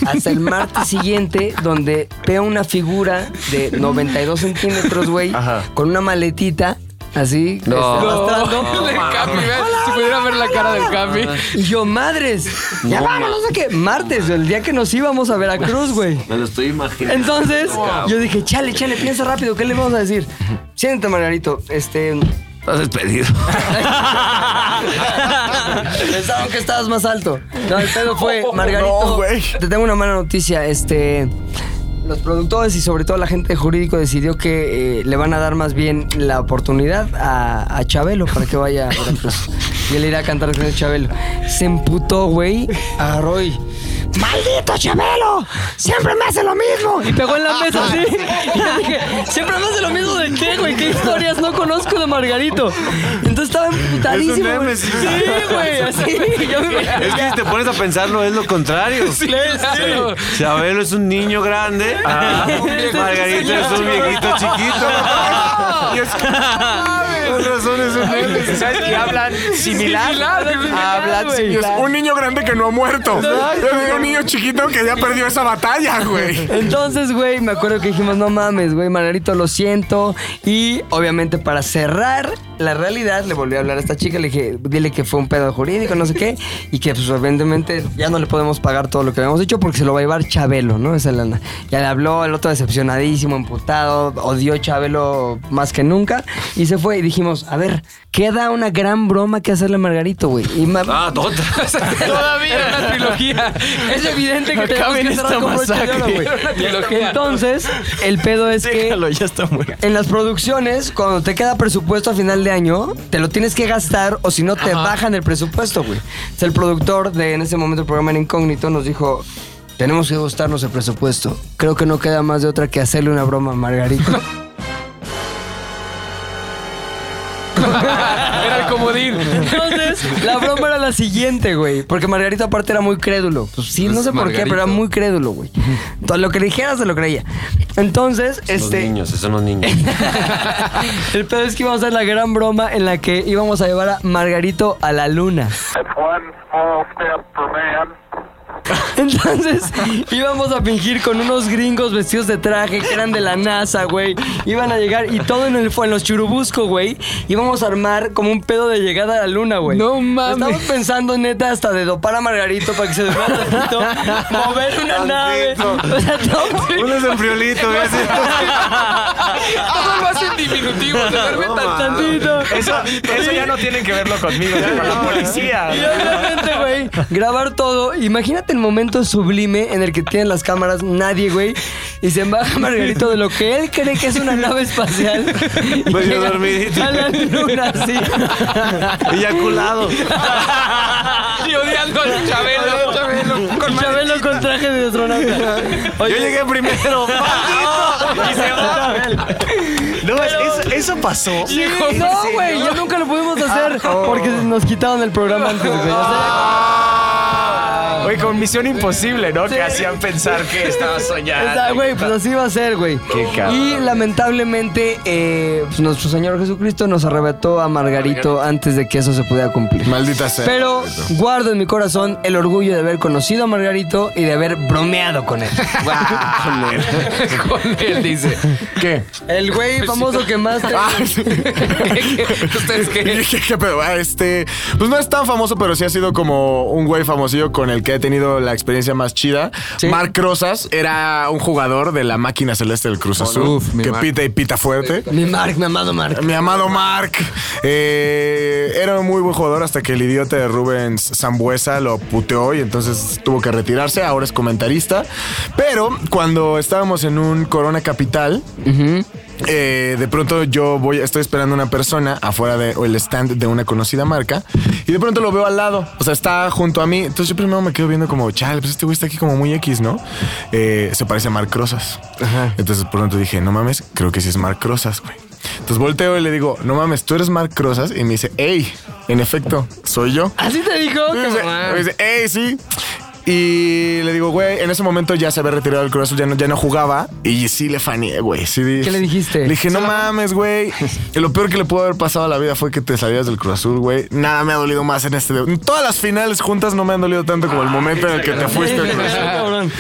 S2: Hasta el martes siguiente, donde veo una figura de 92 centímetros, güey, con una maletita. Así,
S12: No.
S2: este, arrastrando.
S12: No, El Capi, ve, si pudiera ver la cara del Capi.
S2: Y yo, madres, ya
S12: No, Pues,
S2: vámonos, no sé qué. Martes, el día que nos íbamos a Veracruz, Ah, güey.
S8: Me lo estoy imaginando.
S2: Entonces, yo dije, chale, chale, piensa rápido, ¿qué le vamos a decir? Siéntate, Margarito, este...
S8: Estás despedido.
S2: Pensaron que estabas más alto. No, el pedo fue, Margarito, te tengo una mala noticia, este... Los productores y sobre todo la gente de jurídico decidió que eh, le van a dar más bien la oportunidad a, a Chabelo para que vaya a Veracruz. Y él irá a cantar con Chabelo. Se emputó, güey, agarró y...
S4: ¡Maldito Chabelo! ¡Siempre me hace lo mismo! Y pegó en la mesa así. Yo dije, Siempre me hace lo mismo de qué, güey. ¿Qué historias no conozco de Margarito? Entonces estaba
S8: Es un
S4: emputadísimo. güey.
S8: némesis.
S4: Sí, güey. así. Yo me-
S8: Es que si te pones a pensarlo es lo contrario.
S4: Sí, claro.
S8: Chabelo es un niño grande.
S2: Ah.
S8: Margarita es un viejito chiquito. Y es Con razón es un
S3: meme.
S11: ¿Sabes que hablan similar? Hablan
S3: Sí, es
S11: similar.
S3: un niño grande que no ha muerto. Es un niño chiquito que ya perdió esa batalla, güey.
S2: Entonces, güey, me acuerdo que dijimos, no mames, güey, Margarito, lo siento. Y obviamente para cerrar la realidad, le volví a hablar a esta chica, le dije, dile que fue un pedo jurídico, no sé qué, y que pues evidentemente ya no le podemos pagar todo lo que habíamos dicho porque se lo va a llevar Chabelo, ¿no? Esa lana. Ya le habló, el otro decepcionadísimo, emputado, odió Chabelo más que nunca, y se fue y dijimos, a ver, queda una gran broma que hacerle a Margarito, güey. Y ma-
S8: Ah, tonta.
S4: Todavía.
S2: Era una trilogía. Es evidente que tenemos
S4: Acaben
S2: que cerrar
S4: esta
S2: con broche de
S4: masacre.
S2: oro, güey.
S4: Era una trilogía.
S2: Entonces, el pedo es que en las producciones, cuando te queda presupuesto a final de año, te lo tienes que gastar o si no te bajan el presupuesto, güey. Entonces, el productor de en ese momento el programa era incógnito, nos dijo. Tenemos que gustarnos el presupuesto. Creo que no queda más de otra que hacerle una broma a Margarito.
S4: Era el comodín.
S2: Entonces, la broma era la siguiente, güey. Porque Margarito aparte era muy crédulo. Pues sí, no
S4: Pues,
S2: sé por qué,
S4: Margarito.
S2: pero era muy crédulo, güey. Entonces, lo que le dijeras se lo creía. Entonces,
S8: Los
S2: este,
S8: niños, esos son los niños.
S2: el pedo es que íbamos a hacer la gran broma en la que íbamos a llevar a Margarito a la luna. Entonces íbamos a fingir con unos gringos vestidos de traje que eran de la NASA, güey. Iban a llegar y todo en, el, fue en los churubusco, güey. Íbamos a armar como un pedo de llegada a la luna, güey. No mames. Estamos pensando neta hasta de dopar a Margarito para que se desvane tantito, mover una nave. O sea, todo.
S8: Uno es en friolito, ¿ves?
S4: Todo lo hacen diminutivo. Se duerme tan tantito.
S7: Eso, eso ya no tienen que verlo conmigo, ya con la policía.
S2: Y obviamente, güey, grabar todo. Imagínate el momento sublime en el que tienen las cámaras nadie, güey, y se embaja Margarito de lo que él cree que es una nave espacial. y
S7: Pues
S8: Medio
S2: llega
S8: dormidito.
S2: A la luna, sí.
S8: Eyaculado.
S4: Y odiando al Chabelo.
S2: Con Chabelo con traje de astronauta.
S8: Yo llegué primero.
S4: Y se va.
S7: No, eso, eso pasó.
S2: Sí, no, güey, ya nunca lo pudimos hacer
S7: Ah, oh.
S2: porque nos quitaron el programa antes, güey. O sea,
S7: Ah. Oye, con misión imposible, ¿no? Que hacían pensar que estaba soñando.
S2: Está, güey, pues así va a ser, güey.
S7: Qué cabrón.
S2: Y lamentablemente, eh, pues, nuestro Señor Jesucristo nos arrebató a Margarito antes de que eso se pudiera cumplir.
S3: Maldita sea.
S2: Pero guardo en mi corazón el orgullo de haber conocido a Margarito y de haber bromeado con él.
S12: Con él dice. Pues Ah,
S3: ¿Qué?
S2: El güey famoso que más te...
S3: ¿Ustedes qué? ¿Qué pedo? Ah, Este, pues no es tan famoso, pero sí ha sido como un güey famosillo con el que he tenido la experiencia más chida. Marc Rosas era un jugador de la máquina celeste del Cruz Azul.
S6: Uf, mi
S3: que
S6: Marc.
S3: pita y pita fuerte.
S2: Mi Marc, mi amado Marc.
S3: Mi amado Marc. Eh, era un muy buen jugador hasta que el idiota de Rubens Zambuesa lo puteó y entonces tuvo que retirarse. Ahora es comentarista. Pero cuando estábamos en un Corona Capital, eh, de pronto yo voy, estoy esperando una persona afuera del el stand de una conocida marca y de pronto lo veo al lado, o sea, está junto a mí. Entonces yo primero me quedo viendo como, chale, pues este güey está aquí como muy X, ¿no? Eh, se parece a Marc Rosas. Entonces por pronto dije, no mames, creo que sí es Marc Rosas, güey. Entonces volteo y le digo, no mames, tú eres Marc Rosas. Y me dice, hey, en efecto, soy yo.
S2: Así te dijo.
S12: Pues, eh,
S3: Me dice,
S12: ah.
S3: me dice, hey, sí. Y le digo, güey, en ese momento ya se había retirado el Cruz Azul, ya no, ya no jugaba. Y sí le faneé, güey. Sí,
S2: ¿Qué le dijiste?
S3: Le dije, no mames, güey. Y Lo peor que le pudo haber pasado a la vida fue que te salías del Cruz Azul, güey. Nada me ha dolido más en este. En todas las finales juntas no me han dolido tanto como el momento en el que te fuiste del Cruz Azul.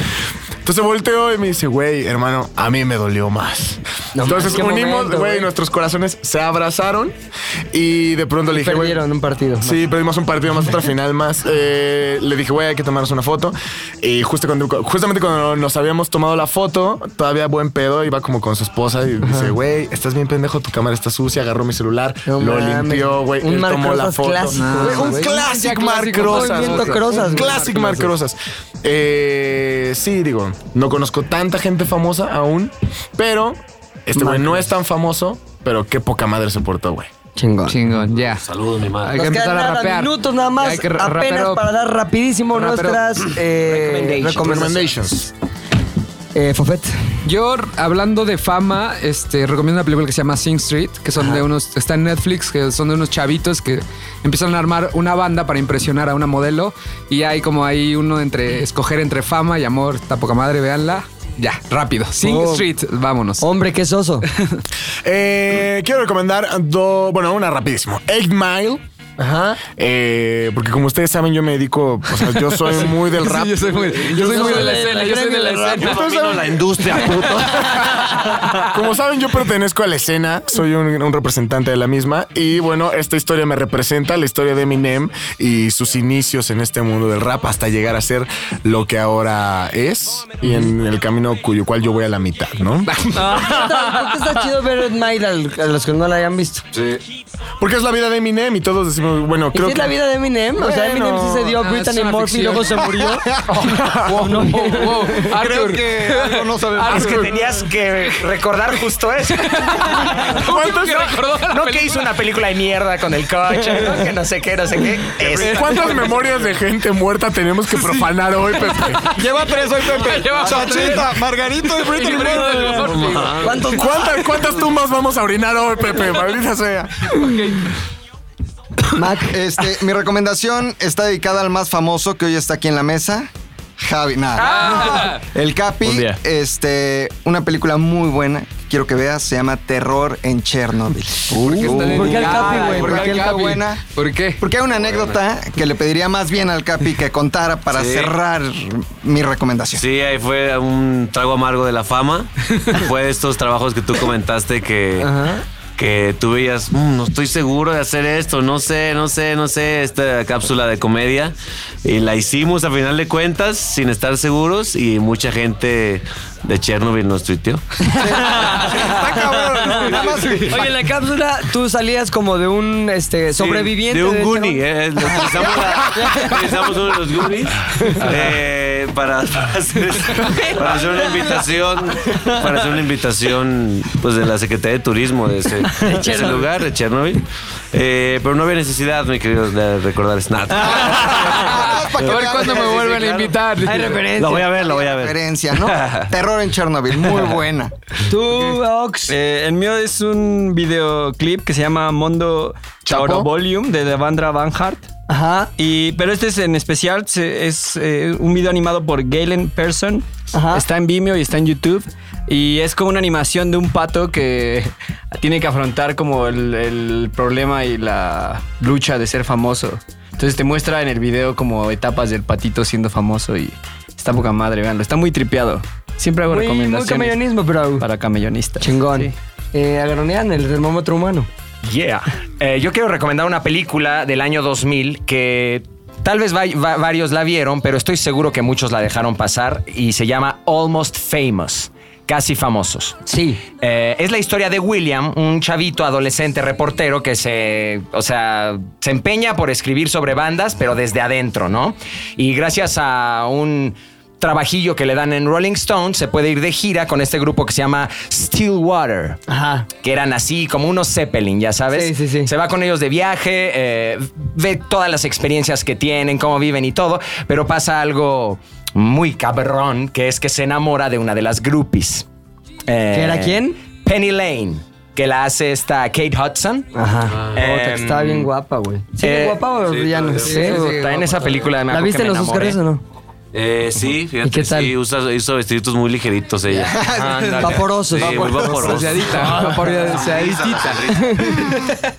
S3: Entonces volteo y me dice, güey, hermano, a mí me dolió más.
S2: No
S3: Entonces
S2: mames, qué
S3: unimos,
S2: momento,
S3: güey,
S2: güey.
S3: nuestros corazones se abrazaron y de pronto le dije, güey.
S2: Perdieron un partido.
S3: Sí, perdimos un partido más, otra final más. Eh, le dije, güey, hay que tomarnos una foto. Y justo cuando, justamente cuando nos habíamos tomado la foto, todavía buen pedo, iba como con su esposa y dice, güey, estás bien pendejo, tu cámara está sucia, agarró mi celular,
S2: No
S3: lo
S2: mames.
S3: limpió, güey,
S2: Un
S3: él
S2: Marc
S3: tomó la
S2: Rosas
S3: foto.
S2: clásico,
S3: Güey, un
S2: güey.
S3: clásico
S2: Un
S3: Marc Rosas.
S2: movimiento Crosas,
S3: Un
S2: güey.
S3: clásico Marc Rosas. Eh, sí, digo, no conozco tanta gente famosa aún, pero este güey no es tan famoso, pero qué poca madre se portó, güey.
S2: Chingón.
S12: Chingón, ya.
S8: Saludos, mi madre.
S12: Hay que
S2: Nos
S12: empezar
S2: quedan
S12: a
S2: nada,
S12: rapear.
S2: minutos nada más,
S12: Hay que ra-
S2: apenas
S12: rapero.
S2: para dar rapidísimo
S12: Rapero.
S2: nuestras eh, recomendaciones. Eh, Fofet.
S12: Yo, hablando de fama, este, recomiendo una película que se llama Sing Street, que son de unos, está en Netflix, que son de unos chavitos que empiezan a armar una banda para impresionar a una modelo. Y hay como ahí uno entre escoger entre fama y amor, está poca madre, véanla. Ya, rápido. Sing
S3: Oh.
S12: Street, vámonos.
S2: Hombre, qué soso.
S3: Eh, quiero recomendar dos. Bueno, una rapidísimo. Eight Mile. Eh,
S2: Ajá.
S3: porque como ustedes saben, yo me dedico. O sea, yo soy muy del
S12: Sí,
S3: rap.
S12: yo soy muy- yo soy muy de la escena, yo soy de la escena.
S3: Ustedes saben-
S12: la industria,
S3: Como saben, yo pertenezco a la escena, soy un, un representante de la misma y bueno, esta historia me representa, la historia de Eminem y sus inicios en este mundo del rap hasta llegar a ser lo que ahora es y en el camino cuyo cual yo voy a la mitad, ¿no?
S2: Creo que está chido ver Mile al- a los que no la hayan visto.
S3: Sí. Porque es la vida de Eminem y todos decimos, bueno,
S2: ¿Y
S3: creo
S2: si es
S3: que...
S2: la vida de Eminem? O sea,
S3: Bueno.
S2: Eminem sí se dio
S3: Ah,
S2: Britney
S3: es una
S2: Morphy y luego se
S3: ficción. Oh,
S2: murió.
S12: Creo
S20: que algo no sabemos.
S11: Es que tenías que recordar justo eso.
S3: ¿Cuántos-
S11: no que hizo una película de mierda con el coche, no que no sé qué, no sé qué. Esta.
S3: ¿Cuántas memorias de gente muerta tenemos que profanar hoy, Pepe?
S4: Lleva tres hoy, Pepe.
S3: Lleva
S4: Chachita, Margarito y Britney.
S3: ¿Cuántos- ¿Cuántas, ¿Cuántas tumbas vamos a orinar hoy, Pepe? Maldita sea.
S6: Mac. Este, mi recomendación está dedicada al más famoso que hoy está aquí en la mesa. Javi, nada. El Capi, este, una película muy buena que quiero que veas, se llama Terror en Chernobyl.
S12: Uh, ¿Por qué al Capi, güey?
S6: ¿Por qué está buena?
S12: ¿Por qué?
S6: Porque hay una anécdota que le pediría más bien al Capi que contara para
S8: Sí.
S6: cerrar mi recomendación.
S8: Sí, ahí fue un trago amargo de la fama. fue de estos trabajos que tú comentaste que, que tú veías, "Mm, no estoy seguro de hacer esto, no sé, no sé, no sé, esta cápsula de comedia. Y la hicimos a final de cuentas sin estar seguros y mucha gente de Chernobyl nos tuiteó.
S2: Oye, en la cápsula tú salías como de un este, sobreviviente.
S8: de un
S2: Goonie.
S8: Goonie, eh, lo utilizamos la- utilizamos uno de los Goonies eh, para, para hacer, para hacer una invitación, para hacer una invitación pues de la Secretaría de Turismo de ese, de ese
S4: Chernobyl.
S8: lugar, de Chernobyl. Eh, pero no había necesidad, mi querido, de recordar nada.
S6: A ver cuándo me vuelven a invitar.
S8: Hay referencia. Lo voy a ver, lo voy a ver.
S6: Referencia, ¿no? Terror en Chernobyl, muy buena.
S5: Tú, Ox. Eh, el mío es un videoclip que se llama Mondo Choro Volume de Devandra Van Hart.
S2: Ajá.
S5: Y, pero este es en especial, se- es eh, un video animado por Galen Person. Está en Vimeo y está en YouTube. Y es como una animación de un pato que tiene que afrontar como el, el problema y la lucha de ser famoso. Entonces te muestra en el video como etapas del patito siendo famoso y está poca madre, veanlo. Está muy tripeado. Siempre hago
S2: Muy- muy
S5: recomendaciones.
S2: camellonismo, bro.
S5: Para camellonistas.
S2: Chingón. Eh, Agronian, el termómetro humano.
S11: Yeah. Eh, yo quiero recomendar una película del año 2000 que tal vez va- va- varios la vieron, pero estoy seguro que muchos la dejaron pasar y se llama Almost Famous. Casi famosos. Eh,
S2: Sí.
S11: es la historia de William, un chavito adolescente reportero que se, o sea, se empeña por escribir sobre bandas, pero desde adentro, ¿no? Y gracias a un trabajillo que le dan en Rolling Stone, se puede ir de gira con este grupo que se llama Stillwater
S2: Ajá.
S11: que eran así como unos Zeppelin, ya sabes. Se va con ellos de viaje, eh, ve todas las experiencias que tienen, cómo viven y todo, pero pasa algo muy cabrón, que es que se enamora de una de las groupies. Eh,
S2: ¿Que era quién?
S11: Penny Lane, que la hace esta Kate Hudson.
S2: Ajá. Puta, que estaba bien guapa, güey. ¿Sí,
S11: eh,
S2: guapa o
S11: Ah. Em, sí,
S2: ya no?
S11: todavía. Sí, sí, sí, guapa todavía. ¿La
S2: ¿La viste
S11: viste
S2: en
S11: en
S2: los Oscars o no?
S8: Eh, sí, fíjate, que sí, usa, hizo vestiditos muy ligeritos ella.
S11: Ándale.
S2: Vaporosos. Ah,
S8: Sí, muy vaporosos.
S11: Bronceadita, bronceadita.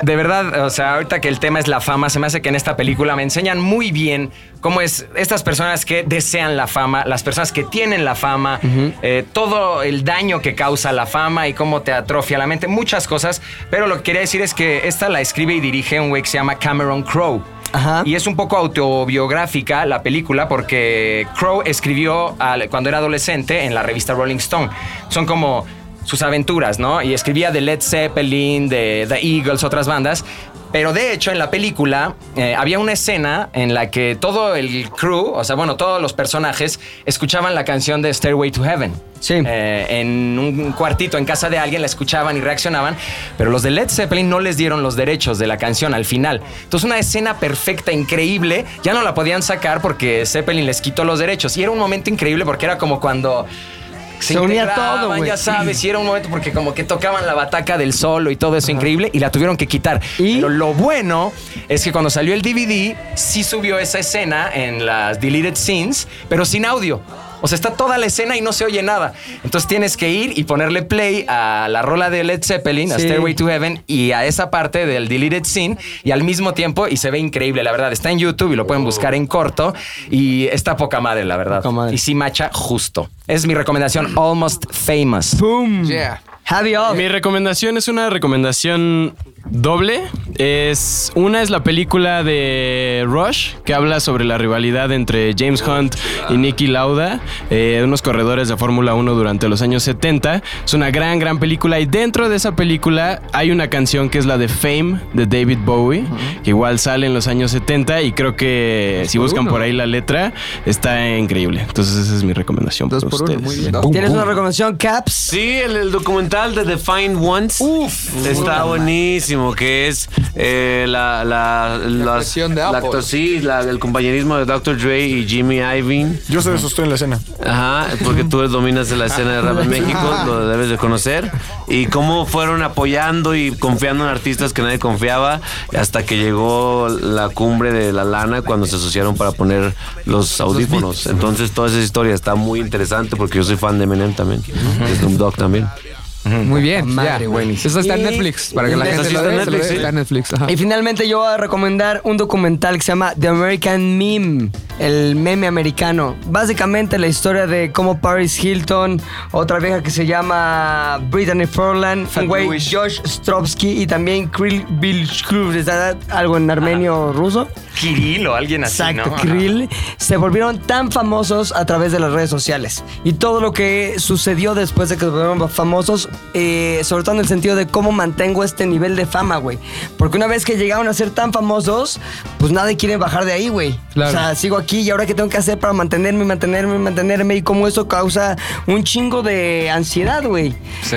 S11: De verdad, o sea, ahorita que el tema es la fama, se me hace que en esta película me enseñan muy bien cómo es estas personas que desean la fama, las personas que tienen la fama, eh, todo el daño que causa la fama y cómo te atrofia la mente, muchas cosas. Pero lo que quería decir es que esta la escribe y dirige un güey que se llama Cameron Crowe. Y es un poco autobiográfica la película porque Crow escribió al- cuando era adolescente en la revista Rolling Stone. Son como sus aventuras, ¿no? Y escribía de Led Zeppelin, de The Eagles, otras bandas. Pero de hecho, en la película eh, había una escena en la que todo el crew, o sea, bueno, todos los personajes, escuchaban la canción de Stairway to Heaven. Sí. en un cuartito, en casa de alguien, la escuchaban y reaccionaban. Pero los de Led Zeppelin no les dieron los derechos de la canción al final. Entonces, una escena perfecta, increíble, ya no la podían sacar porque Zeppelin les quitó los derechos. Y era un momento increíble porque era como cuando.
S2: Se unía
S11: integraban,
S2: todo, güey.
S11: Ya sabes, y era un momento porque como que tocaban la bataca del solo y todo eso increíble y la tuvieron que quitar. ¿Y? Pero lo bueno es que cuando salió el DVD, sí subió esa escena en las deleted scenes, pero sin audio. O sea, está toda la escena y no se oye nada. Entonces tienes que ir y ponerle play a la rola de Led Zeppelin, a
S9: Sí.
S11: Stairway to Heaven, y a esa parte del deleted scene, y al mismo tiempo, y se ve increíble, la verdad. Está en YouTube y lo pueden buscar en corto, y está poca madre, la verdad. Y sí macha justo. Es mi recomendación, Almost Famous.
S2: ¡Boom!
S11: Yeah.
S10: Mi recomendación es una recomendación doble. Es una es la película de Rush que habla sobre la rivalidad entre James Hunt y Nicky Lauda, eh, unos corredores de Fórmula 1 durante los años 70. Es una gran gran película y dentro de esa película hay una canción que es la de Fame de David Bowie, que igual sale en los años 70 y creo que si buscan por ahí la letra está increíble. Entonces esa es mi recomendación para ustedes.
S2: ¿Tienes una recomendación, Caps? Sí,
S8: el, documental de The Fine Ones.
S2: Uf.
S8: Está buenísimo, que es eh, la, la, las-
S3: actuación de
S8: la
S3: Apple.
S8: acto- sí, la- el compañerismo de Dr. Dre y Jimmy Iovine.
S3: Yo se estoy en la escena.
S8: Ajá, porque tú dominas la escena de rap en México, lo debes de conocer. Y cómo fueron apoyando y confiando en artistas que nadie confiaba hasta que llegó la cumbre de la lana cuando se asociaron para poner los audífonos. Entonces toda esa historia está muy interesante porque yo soy fan de Eminem también, de Snoop Dogg también.
S12: Muy bien, ya. Eso está en
S2: Y-
S12: Netflix, para que la
S2: Eso
S12: gente
S2: sí
S12: lo
S2: está en
S12: vea. se lo
S2: Netflix,
S12: vea.
S2: sí.
S12: Está en Netflix, ajá.
S2: Y finalmente yo voy a recomendar un documental que se llama The American Meme, el meme americano. Básicamente la historia de cómo Paris Hilton, otra vieja que se llama Brittany Furlan, un güey Josh Stropsky y también Krill Bilskrov, algo en armenio ruso.
S11: Kirill o Ah. alguien así,
S2: Exacto,
S11: ¿no?
S2: Krill, se volvieron tan famosos a través de las redes sociales. Y todo lo que sucedió después de que se volvieron famosos, eh, sobre todo en el sentido de cómo mantengo este nivel de fama, güey. Porque una vez que llegaron a ser tan famosos, pues nadie quiere bajar de ahí, güey.
S12: Claro.
S2: O sea, Ah, sigo aquí y ahora qué tengo que hacer para mantenerme, mantenerme, mantenerme y cómo eso causa un chingo de ansiedad, güey.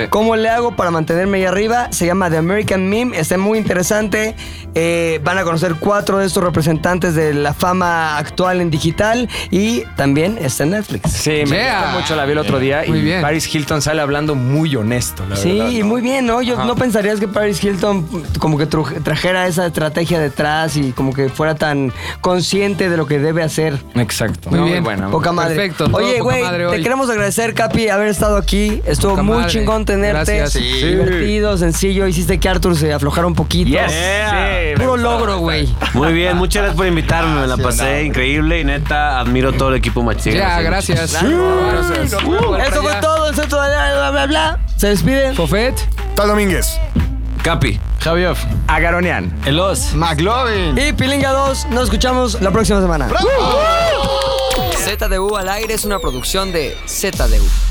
S2: ¿Cómo le hago para mantenerme ahí arriba? Se llama The American Meme, está muy interesante. Eh, van a conocer cuatro de estos representantes de la fama actual en digital y también está en Netflix.
S11: Sí, me gusta mucho, la vi el otro día
S2: Muy
S11: y
S2: bien.
S11: Paris Hilton sale hablando muy honesto, la
S2: Sí,
S11: verdad.
S2: y muy bien, ¿no? Yo
S11: Ajá.
S2: no pensarías que Paris Hilton como que tru- trajera esa estrategia detrás y como que fuera tan consciente de lo que debe hacer.
S11: Exacto.
S2: No,
S11: Muy bien.
S2: Poca madre.
S12: Perfecto, todo
S2: Oye,
S12: poca
S2: güey,
S12: madre
S2: te
S12: hoy.
S2: queremos agradecer, Capi, haber estado aquí. Estuvo
S12: Poca
S2: muy
S12: madre.
S2: chingón tenerte.
S12: Gracias. Sí.
S2: Divertido, sencillo. Hiciste que Arthur se aflojara un poquito.
S8: Yes. Yeah.
S2: Puro logro, güey.
S8: Muy bien, muchas gracias por invitarme, me la pasé increíble y neta admiro todo el equipo machín.
S12: Ya, gracias. Gracias.
S2: Uh, Eso fue todo. El centro de bla, bla, bla. Se despide.
S12: Fofet.
S3: Tal Domínguez.
S8: Capi.
S10: Javioff.
S11: Agaronian.
S8: Elos.
S6: McLovin.
S2: Y Pilinga 2. Nos escuchamos la próxima semana. ZDU al aire es una producción de ZDU.